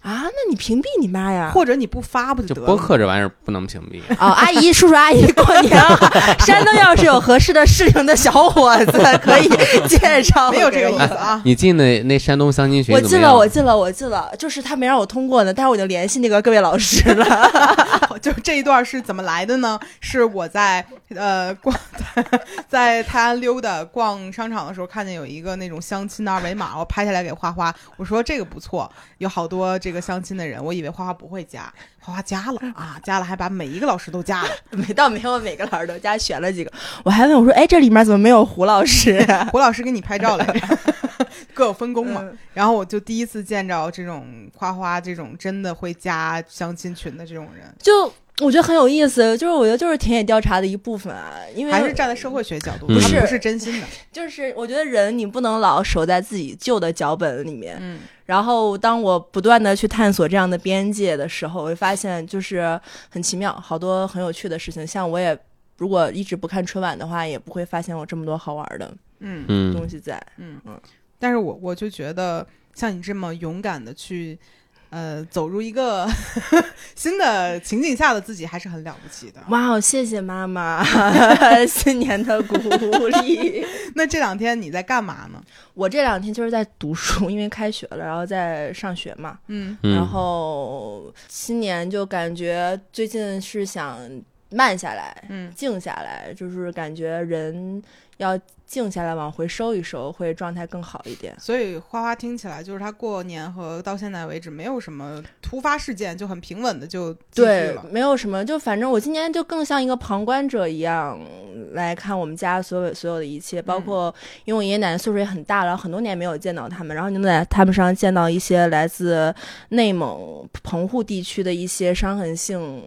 啊？那你屏蔽你妈呀？或者你不发不 就就得播了吗？客这玩意儿不能屏蔽。哦，阿姨、叔叔、阿姨，过年好！山东要是有合适的适龄的小伙 子，可以介绍没有这个给意我思啊。你进那那山东相亲群我怎么进样？了，我进了，我进了，就是他没让我通过呢，但是我已经联系那个各位老师了。 就这一段是怎么来的呢？是我在呃逛 在泰安溜达逛商场的时候，看见有一个那种相亲的二维码，我拍下来给花花，我说这个不错，有好多这个相亲的人，我以为花花不会加，花花加了啊，加了还把每一个老师都加了，没到没有每个老师都加选了几个，我还问我说：“哎，这里面怎么没有胡老师呀胡老师给你拍照来着， 各有分工嘛。嗯然后我就第一次见着这种花花这种真的会加相亲群的这种人？”，就我觉得很有意思，就是我觉得就是田野调查的一部分啊，因为还是站在社会学角度，嗯他是不是真 心的，就是我觉得人你不能老守在自己旧的脚本里面，嗯。然后，当我不断的去探索这样的边界的时候，我会发现就是很奇妙，好多很有趣的事情。像我也如果一直不看春晚的话，也不会发现有这么多好玩的嗯嗯，东西在。嗯嗯，但是我我就觉得像你这么勇敢的去，呃，走入一个 新的情景下的自己，还是很了不起的。哇哦，谢谢妈妈 新年的鼓励。那这两天你在干嘛呢？ 我这两天就是在读书，因为开学了，然后在上学嘛。嗯嗯然后新年就感觉最近是想慢下来，嗯静下来，就是感觉人要静下来，往回收一收，会状态更好一点。所以花花听起来就是他过年和到现在为止没有什么突发事件，就很平稳的就继续对了，。没有什么，就反正我今年就更像一个旁观者一样来看我们家所有所有的一切，嗯包括因为我爷爷奶奶岁数也很大了，然后很多年没有见到他们，然后你能在他们上见到一些来自内蒙棚户地区的一些伤痕性。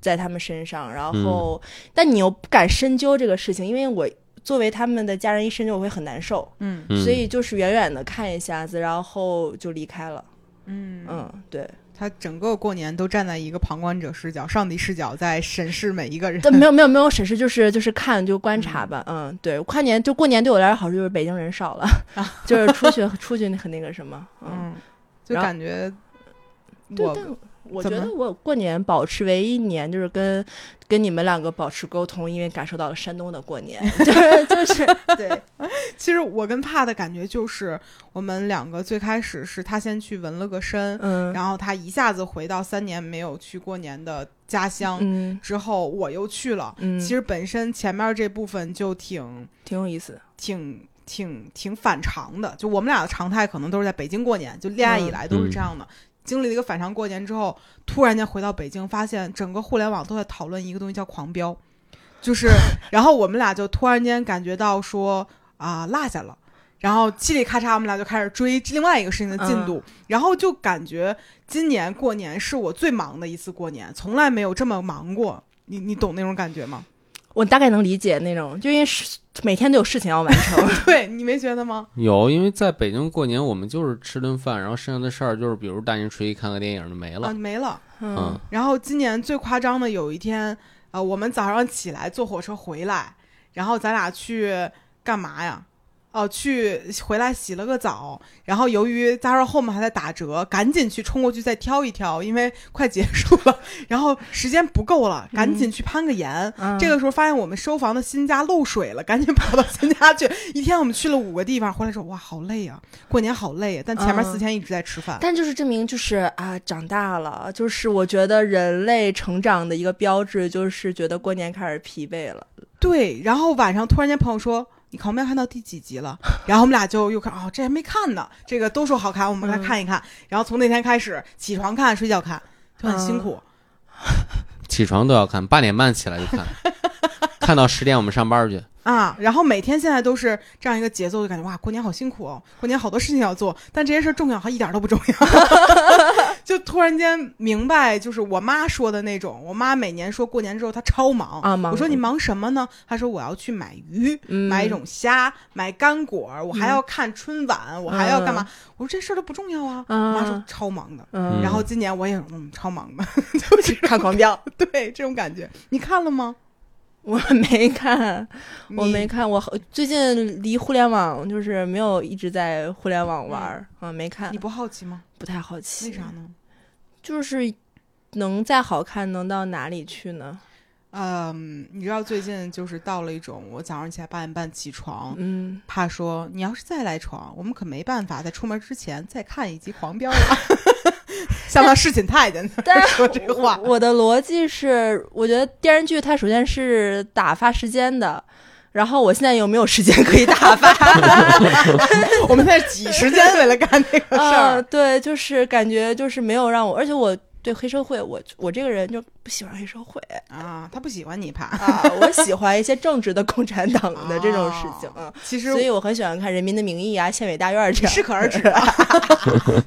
在他们身上，然嗯后，但你又不敢深究这个事情，因为我作为他们的家人一深究，我会很难受。嗯嗯所以就是远远的看一下子，然后就离开了。嗯嗯，对，他整个过年都站在一个旁观者视角、上帝视角在审视每一个人。 但没有没有没有审视，就是就是看就观察吧，嗯，对，跨年就过年对我来说好处就是北京人少了，就是出去出去很那个什么，嗯，啊嗯，就然后感觉对，我但我觉怎么得我过年保持唯一一年就是跟跟你们两个保持沟通，因为感受到了山东的过年， 就是就是 对，其实我跟帕的感觉就是，我们两个最开始是他先去纹了个身，嗯然后他一下子回到三年没有去过年的家乡，嗯之后我又去了。嗯，其实本身前面这部分就挺挺有意思，挺挺挺反常的，就我们俩的常态可能都是在北京过年，就恋爱嗯以来都是这样的。经历了一个反常过年之后，突然间回到北京，发现整个互联网都在讨论一个东西叫狂飙， 就是，然后我们俩就突然间感觉到说啊、落下了。然后嘁里咔嚓，我们俩就开始追另外一个事情的进嗯度，然后就感觉今年过年是我最忙的一次过年，从来没有这么忙过。你你懂那种感觉吗？ 我大概能理解那种，就因为是每天都有事情要完 成，对你没觉得吗？有，因为在北京过年，我们就是吃顿饭，然后剩下的事儿就是，比如大年初一看个电影就没啊，了。没了。嗯，然后今年最夸张的有一天，呃，我们早上起来坐火车回来，然后咱俩去干嘛呀？哦、去回来洗了个澡，然后由于加上后面还在打折，赶紧去冲过去再挑一挑，因为快结束了，然后时间不够了，赶紧去攀个岩。嗯这个时候发现我们收房的新家漏水了，赶紧跑到新家去。一天我们去了五个地方，回来说哇好累啊，过年好累啊，但前面嗯四天一直在吃饭。但就是证明，就是啊，长大了，就是我觉得人类成长的一个标志，就是觉得过年开始疲惫了。对，然后晚上突然间朋友说。你旁边看到第几集了？ 然后我们俩就又看，哦，这还没看呢。这个都说好看，我们来看一看。然后从那天开始，起床看，睡觉看，就很辛苦。起床都要看，八点半起来就 看，看到十点我们上班去。啊，然后每天现在都是这样一个节奏，就感觉哇，过年好辛苦哦，过年好多事情要做，但这些事儿重要还一点都不重要， 就突然间明白，就是我妈说的那种，我妈每年说过年之后她超忙啊忙我说你忙什么呢？她说我要去买鱼，嗯买一种虾，买干果儿，我还要看春晚，我还要干嘛？我说这事儿都不重要啊，嗯我妈说超忙的。嗯然后今年我也嗯超忙的， 就是看狂飙， 对这种感觉。你看了吗？我没看，我你没看，我最近离互联网就是没有一直在互联网玩儿，嗯，没看你，不好奇吗？不太好为奇啥，呢？就是能再好看能到哪里去呢？嗯，你知道最近就是到了一种，我早上起来八点半起床，嗯，怕说你要是再赖床，我们可没办法在出门之前再看一集《狂飙》了， 像他侍寝太监在那但儿说这话。 我的逻辑是，我觉得电视剧它首先是打发时间的，然后我现在有没有时间可以打 发？我们在挤时间为了干这个事啊，儿，对，就是感觉就是没有让我，而且我对黑社会，我我这个人就不喜欢黑社 会啊，他不喜欢你怕啊，我喜欢一些正直的共产党的这种事情啊，其实所以我很喜欢看《人民的名义》啊，《县委大院》这样。适可而 止啊。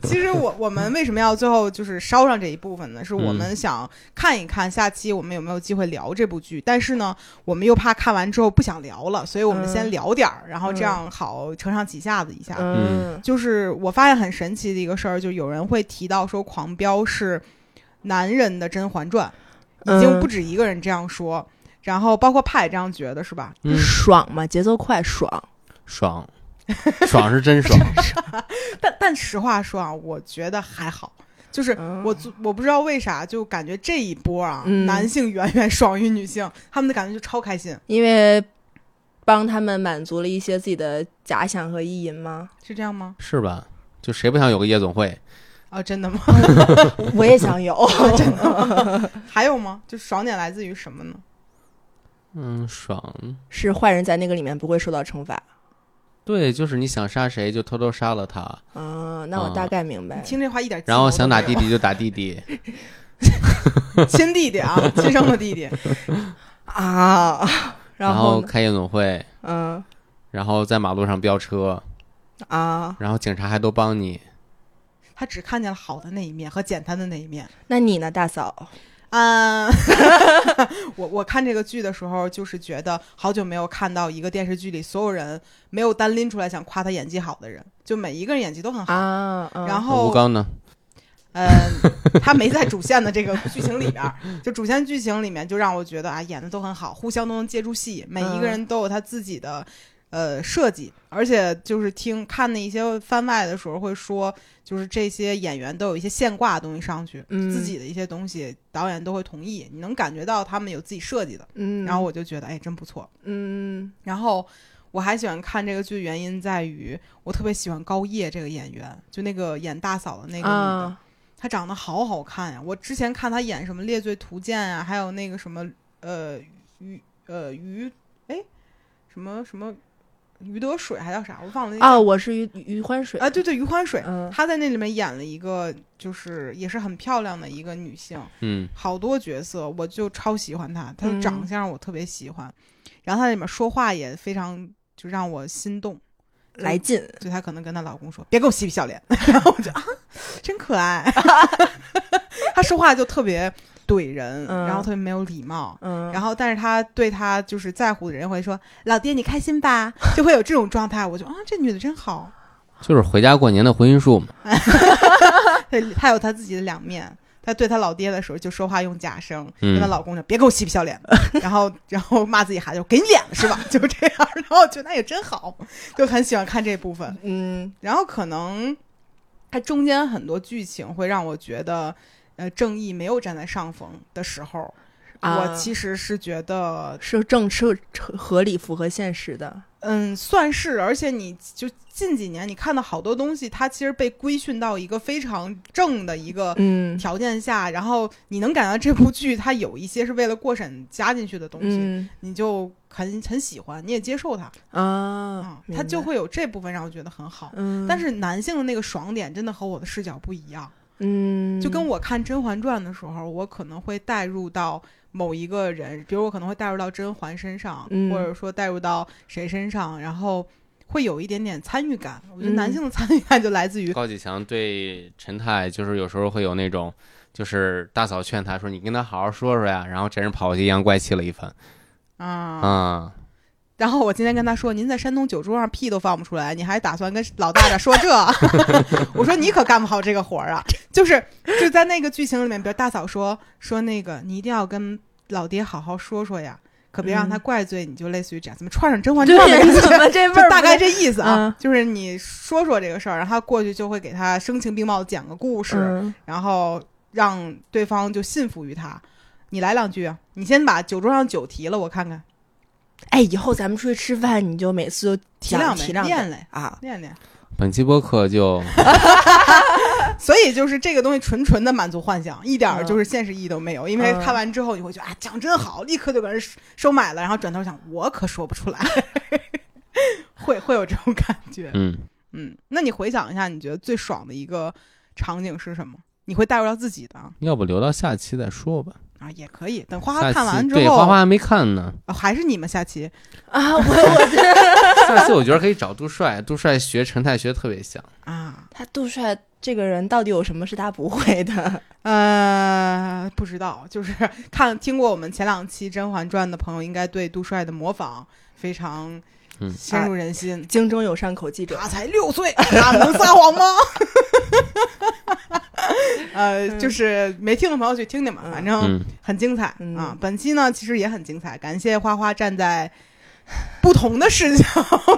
其实我我们为什么要最后就是捎上这一部分呢？是我们想看一看下期我们有没有机会聊这部剧，但是呢，我们又怕看完之后不想聊了，所以我们嗯先聊点儿，然后这样好承上启下的一下。嗯就是我发现很神奇的一个事儿，就有人会提到说《狂飙》是男人的《甄嬛传》，已经嗯不止一个人这样说，然后包括派也这样觉得，是吧？ 嗯，爽嘛，节奏快，爽。爽，爽是 真爽。但但实话说啊，我觉得还好，就是嗯我昨我不知道为啥，就感觉这一波啊，嗯男性远远爽于女性，他们的感觉就超开心，因为帮他们满足了一些自己的假想和意淫吗？是这样吗？是吧？就谁不想有个夜总会？啊，真 的吗？我也想有，还有吗？ 就爽点来自于什么呢？嗯，爽。是坏人在那个里面不会受到惩罚对，就是你想杀谁就偷偷杀了他，啊。那我啊大概明白。听这话一点，然后想打弟，弟就打 弟弟。亲弟弟啊，亲生的弟弟，啊， 然然后后呢开夜总会，嗯然后在马路上飙车，啊，然后警察还都帮你。他只看见了好的那一面和简单的那一面。那你呢，大嫂？嗯， 我我看这个剧的时候，就是觉得好久没有看到一个电视剧里所有人没有单拎出来想夸他演技好的人，就每一个人演技都很好。啊，嗯然吴后刚呢？呃，他没在主线的这个剧情里边儿，就主线剧情里面就让我觉得啊，演的都很好，互相都能接住戏，每一个嗯人都有他自己的。呃，设计，而且就是听看那一些番外的时候会说，就是这些演员都有一些现挂的东西上去，嗯自己的一些东西，导演都会同意，你能感觉到他们有自己设计的。嗯，然后我就觉得，哎，真不错。嗯然后我还喜欢看这个剧，原因在于我特别喜欢高叶这个演员，就那个演大嫂的那个女的，啊，她长得好好看呀！我之前看她演什么《猎罪图鉴》啊，还有那个什么呃于呃于哎什么什么于德水还叫啥，我忘了那哦，我是于于欢水啊，对对，于欢水，嗯她在那里面演了一个就是也是很漂亮的一个女性，嗯好多角色，我就超喜欢她，她的嗯长相我特别喜欢，然后她里面说话也非常就让我心动，来劲，就她可能跟她老公说别给我嬉皮笑脸， 然后我就啊，真可爱， 她说话就特别怼人，嗯然后特别没有礼貌。嗯，然后，但是她对她就是在乎的人会说：“老爹，你开心吧？”就会有这种状态，我就啊，这女的真好，就是回家过年的婚姻术嘛。她她有她自己的两面。她对她老爹的时候就说话用假声，嗯跟她老公就别给我嬉皮笑脸，然后 然后骂自己孩子给你脸了是吧？就这样， 然后我觉得那也真好，就很喜欢看这部分。嗯然后可能它中间很多剧情会让我觉得，呃，正义没有站在上风的时候，啊我其实是觉得，是正是合理符合现实的，嗯，算是，而且你就近几年你看到好多东西，它其实被规训到一个非常正的一个嗯条件下，然后你能感觉到这部剧它有一些是为了过审加进去的东西，嗯你就很很喜欢，你也接受它啊啊，，明它就白会有这部分让我觉得很好。嗯，但是男性的那个爽点真的和我的视角不一样，嗯，就跟我看《甄嬛传》的时候，我可能会带入到某一个人，比如我可能会带入到甄嬛身上，嗯或者说带入到谁身上，然后会有一点点参与感。我觉得嗯男性的参与感就来自 于，高启强对陈太就是有时候会有那种，就是大嫂劝他说：“你跟他好好说说呀。”然后真是跑回去阴阳怪气了一番啊、啊、然后我今天跟他说：“您在山东酒桌上屁都放不出来，你还打算跟老大家说这？” 我说：“你可干不好这个活儿啊！”就是就在那个剧情里面，比如大嫂说说那个，你一定要跟老爹好好说说呀，可别让他嗯怪罪你，就类似于这样，怎么串上《甄嬛对传》的感怎觉？么这味就儿大不概对这意思啊嗯，就是你说说这个事儿，然后他过去就会给他声情并茂的讲个故事，嗯然后让对方就信服于他。你来两句啊，你先把酒桌上酒提了，我看看，哎，以后咱们出去吃饭，你就每次都提讲两提杯，两练遍嘞，啊，练练。本期播客就所以就是这个东西纯纯的满足幻想，一点儿就是现实意义都没有。因为嗯看完之后你会觉得啊，讲真好，立刻就给人收收买了，然后转头想我可说不出来， 会会有这种感觉。嗯，嗯，那你回想一下，你觉得最爽的一个场景是什么？你会带入到自己的啊要不留到下期再说吧。啊，也可以。等花下花期看完之对后，花花还没看呢。啊还是你们下期啊，我我这 下次我觉得可以找杜帅，杜帅学陈太学得特别像。啊，他杜帅这个人到底有什么是他不会的？ 呃，不知道，就是 看听过我们前两期《甄嬛传》的朋友，应该对杜帅的模仿非常嗯深入人心。京中有善口记者，他才六岁，他能撒谎吗？ 呃，就是没听的朋友去听听吧，嗯反正嗯，很精彩、嗯啊。本期呢，其实也很精彩，感谢花花站在 不同的视角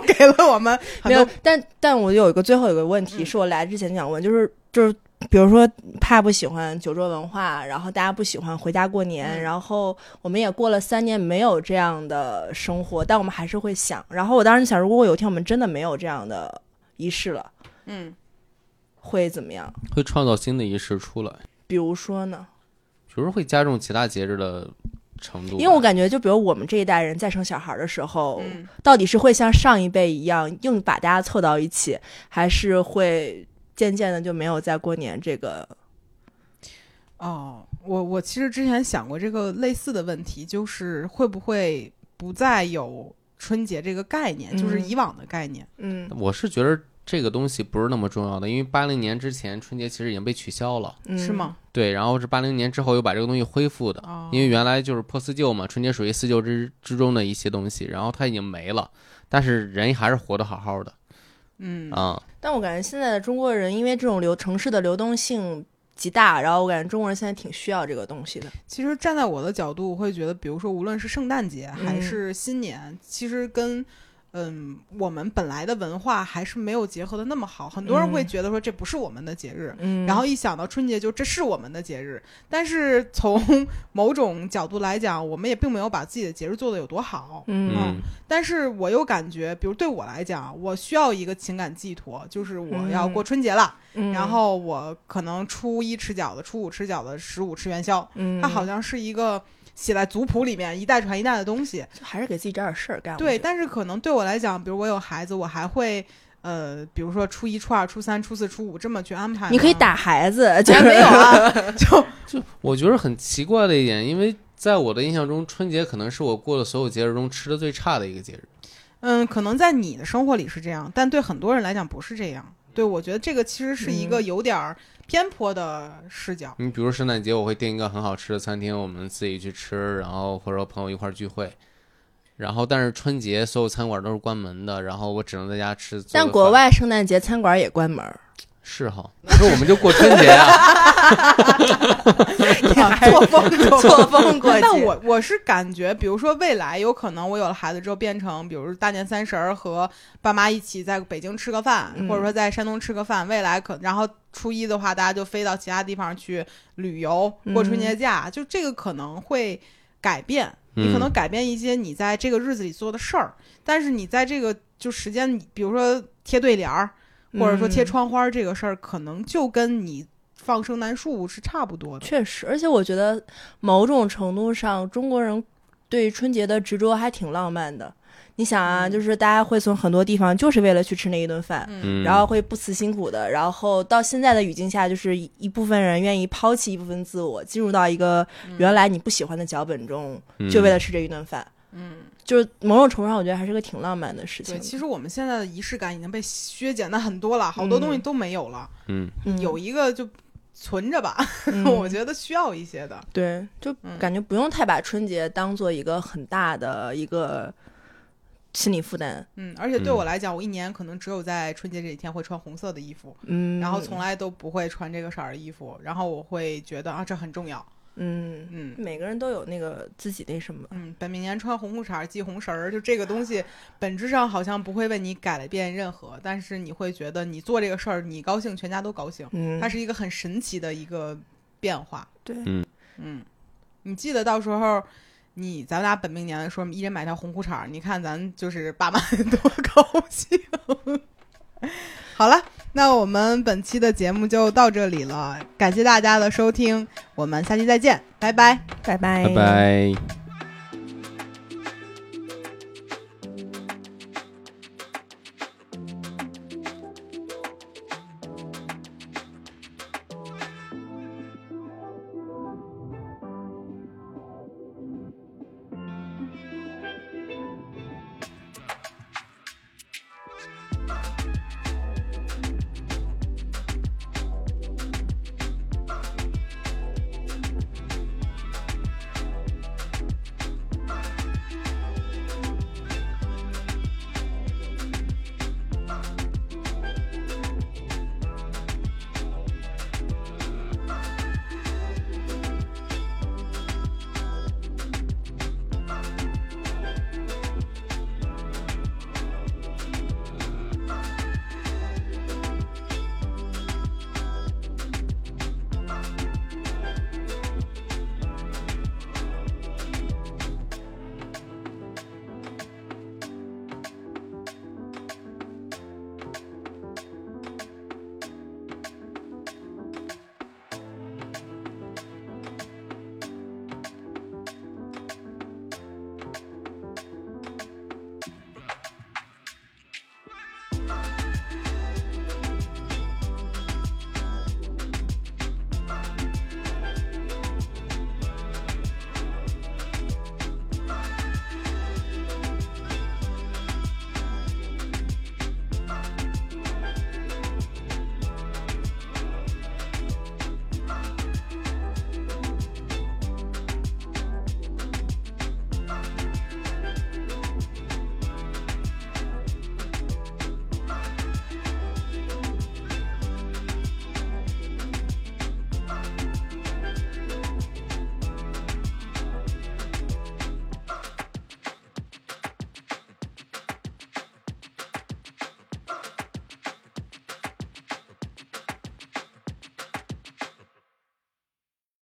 给了我们很没有多。，但但我有一个最后有个问题，嗯是我来之前想问，就是就是，比如说怕不喜欢酒桌文化，然后大家不喜欢回家过年，嗯然后我们也过了三年没有这样的生活，但我们还是会想。然后我当时想，如果有一天我们真的没有这样的仪式了，嗯，会怎么样？会创造新的仪式出来，比如说呢？比如说会加重其他节日的程度吧。因为我感觉，就比如我们这一代人再生小孩的时候，嗯到底是会像上一辈一样硬把大家凑到一起，还是会渐渐的就没有再过年这个？哦，我我其实之前想过这个类似的问题，就是会不会不再有春节这个概念，就是嗯以往的概念。嗯我是觉得这个东西不是那么重要的，因为八零年之前春节其实已经被取消了，嗯是？吗？对，然后是八零年之后又把这个东西恢复的，哦，因为原来就是破四旧嘛，春节属于四旧之之中的一些东西，然后它已经没了，但是人还是活得好好的嗯啊、但我感觉现在的中国人，因为这种流城市的流动性，极大。然后我感觉中国人现在挺需要这个东西的。其实站在我的角度，我会觉得，比如说，无论是圣诞节还嗯是新年，其实跟嗯我们本来的文化还是没有结合的那么好。很多人会嗯觉得说这不是我们的节日，嗯，然后一想到春节就这是我们的节日。但是从 某种角度来讲，我们也并没有把自己的节日做得有多好。嗯嗯但是我又感觉，比如对我来讲，我需要一个情感寄托，就是我嗯要过春节了，嗯，然后我可能初一吃饺子，初五吃饺子，十五吃元宵。嗯，它好像是一个写在族谱里面一代传一代的东西。就还是给自己找点事儿干。我对，觉得但是可能对我来讲，比如我有孩子，我还会呃，比如说初一、初二、初三、初四、初五这么去安排。你可以， 打孩子，就哎，是没有 啊，就就我觉得很奇怪的一点，因为在我的印象中，春节可能是我过的所有节日中吃的最差的一个节日。嗯，可能在你的生活里是这样，但对很多人来讲不是这样。对，我觉得这个其实是一个有点儿偏颇的视角。你比如圣诞节，我会订一个很好吃的餐厅，我们自己去吃，然后或者说朋友一块儿聚会。然后，但是春节所有餐馆都是关门的，然后我只能在家吃。做但的国饭外圣诞节餐馆也关门儿， 是哈，那我们就过春节啊。 作风作错 峰过节。但我我是感觉，比如说未来有可能我有了孩子之后变成，比如说大年三十儿和爸妈一起在北京吃个饭，嗯或者说在山东吃个饭。未来可然后初一的话，大家就飞到其他地方去旅游，过春嗯节假，就这个可能会改变。你可嗯能改变一些你在这个日子里做的事儿，但是你在这个就时间，比如说贴对联儿，或者说贴嗯窗花儿这个事儿，可能就跟你放圣诞树是差不多的。确实，而且我觉得某种程度上，中国人对春节的执着还挺浪漫的。你想啊，嗯就是大家会从很多地方就是为了去吃那一顿饭，嗯，然后会不辞辛苦的。然后到现在的语境下，就是一一部分人愿意抛弃一部分自我，进入到一个原来你不喜欢的脚本中，就为了吃这一顿饭。嗯，就是某种程度上，我觉得还是个挺浪漫的事情对，的。其实我们现在的仪式感已经被削减的很多了，好多东西都没有了，嗯嗯有一个就存着吧，嗯 我觉得需要一些的。对，就嗯感觉不用太把春节当做一个很大的一个心理负担。嗯，而且对我来讲，我一年可能只有在春节这几天会穿红色的衣服，嗯，然后从来都不会穿这个色儿的衣服，然后我会觉得啊，这很重要。嗯，嗯每个人都有那个自己那什么，嗯，本命年穿红裤衩儿系红绳儿，就这个东西本质上好像不会为你改变任何，但是你会觉得你做这个事儿，你高兴，全家都高兴，嗯，它是一个很神奇的一个变化。对，嗯，你记得到时候你咱们俩本命年的时候，一人买条红裤衩儿，你看咱就是爸妈多高兴。好了，那我们本期的节目就到这里了，感谢大家的收听，我们下期再见，拜拜。拜拜，拜拜。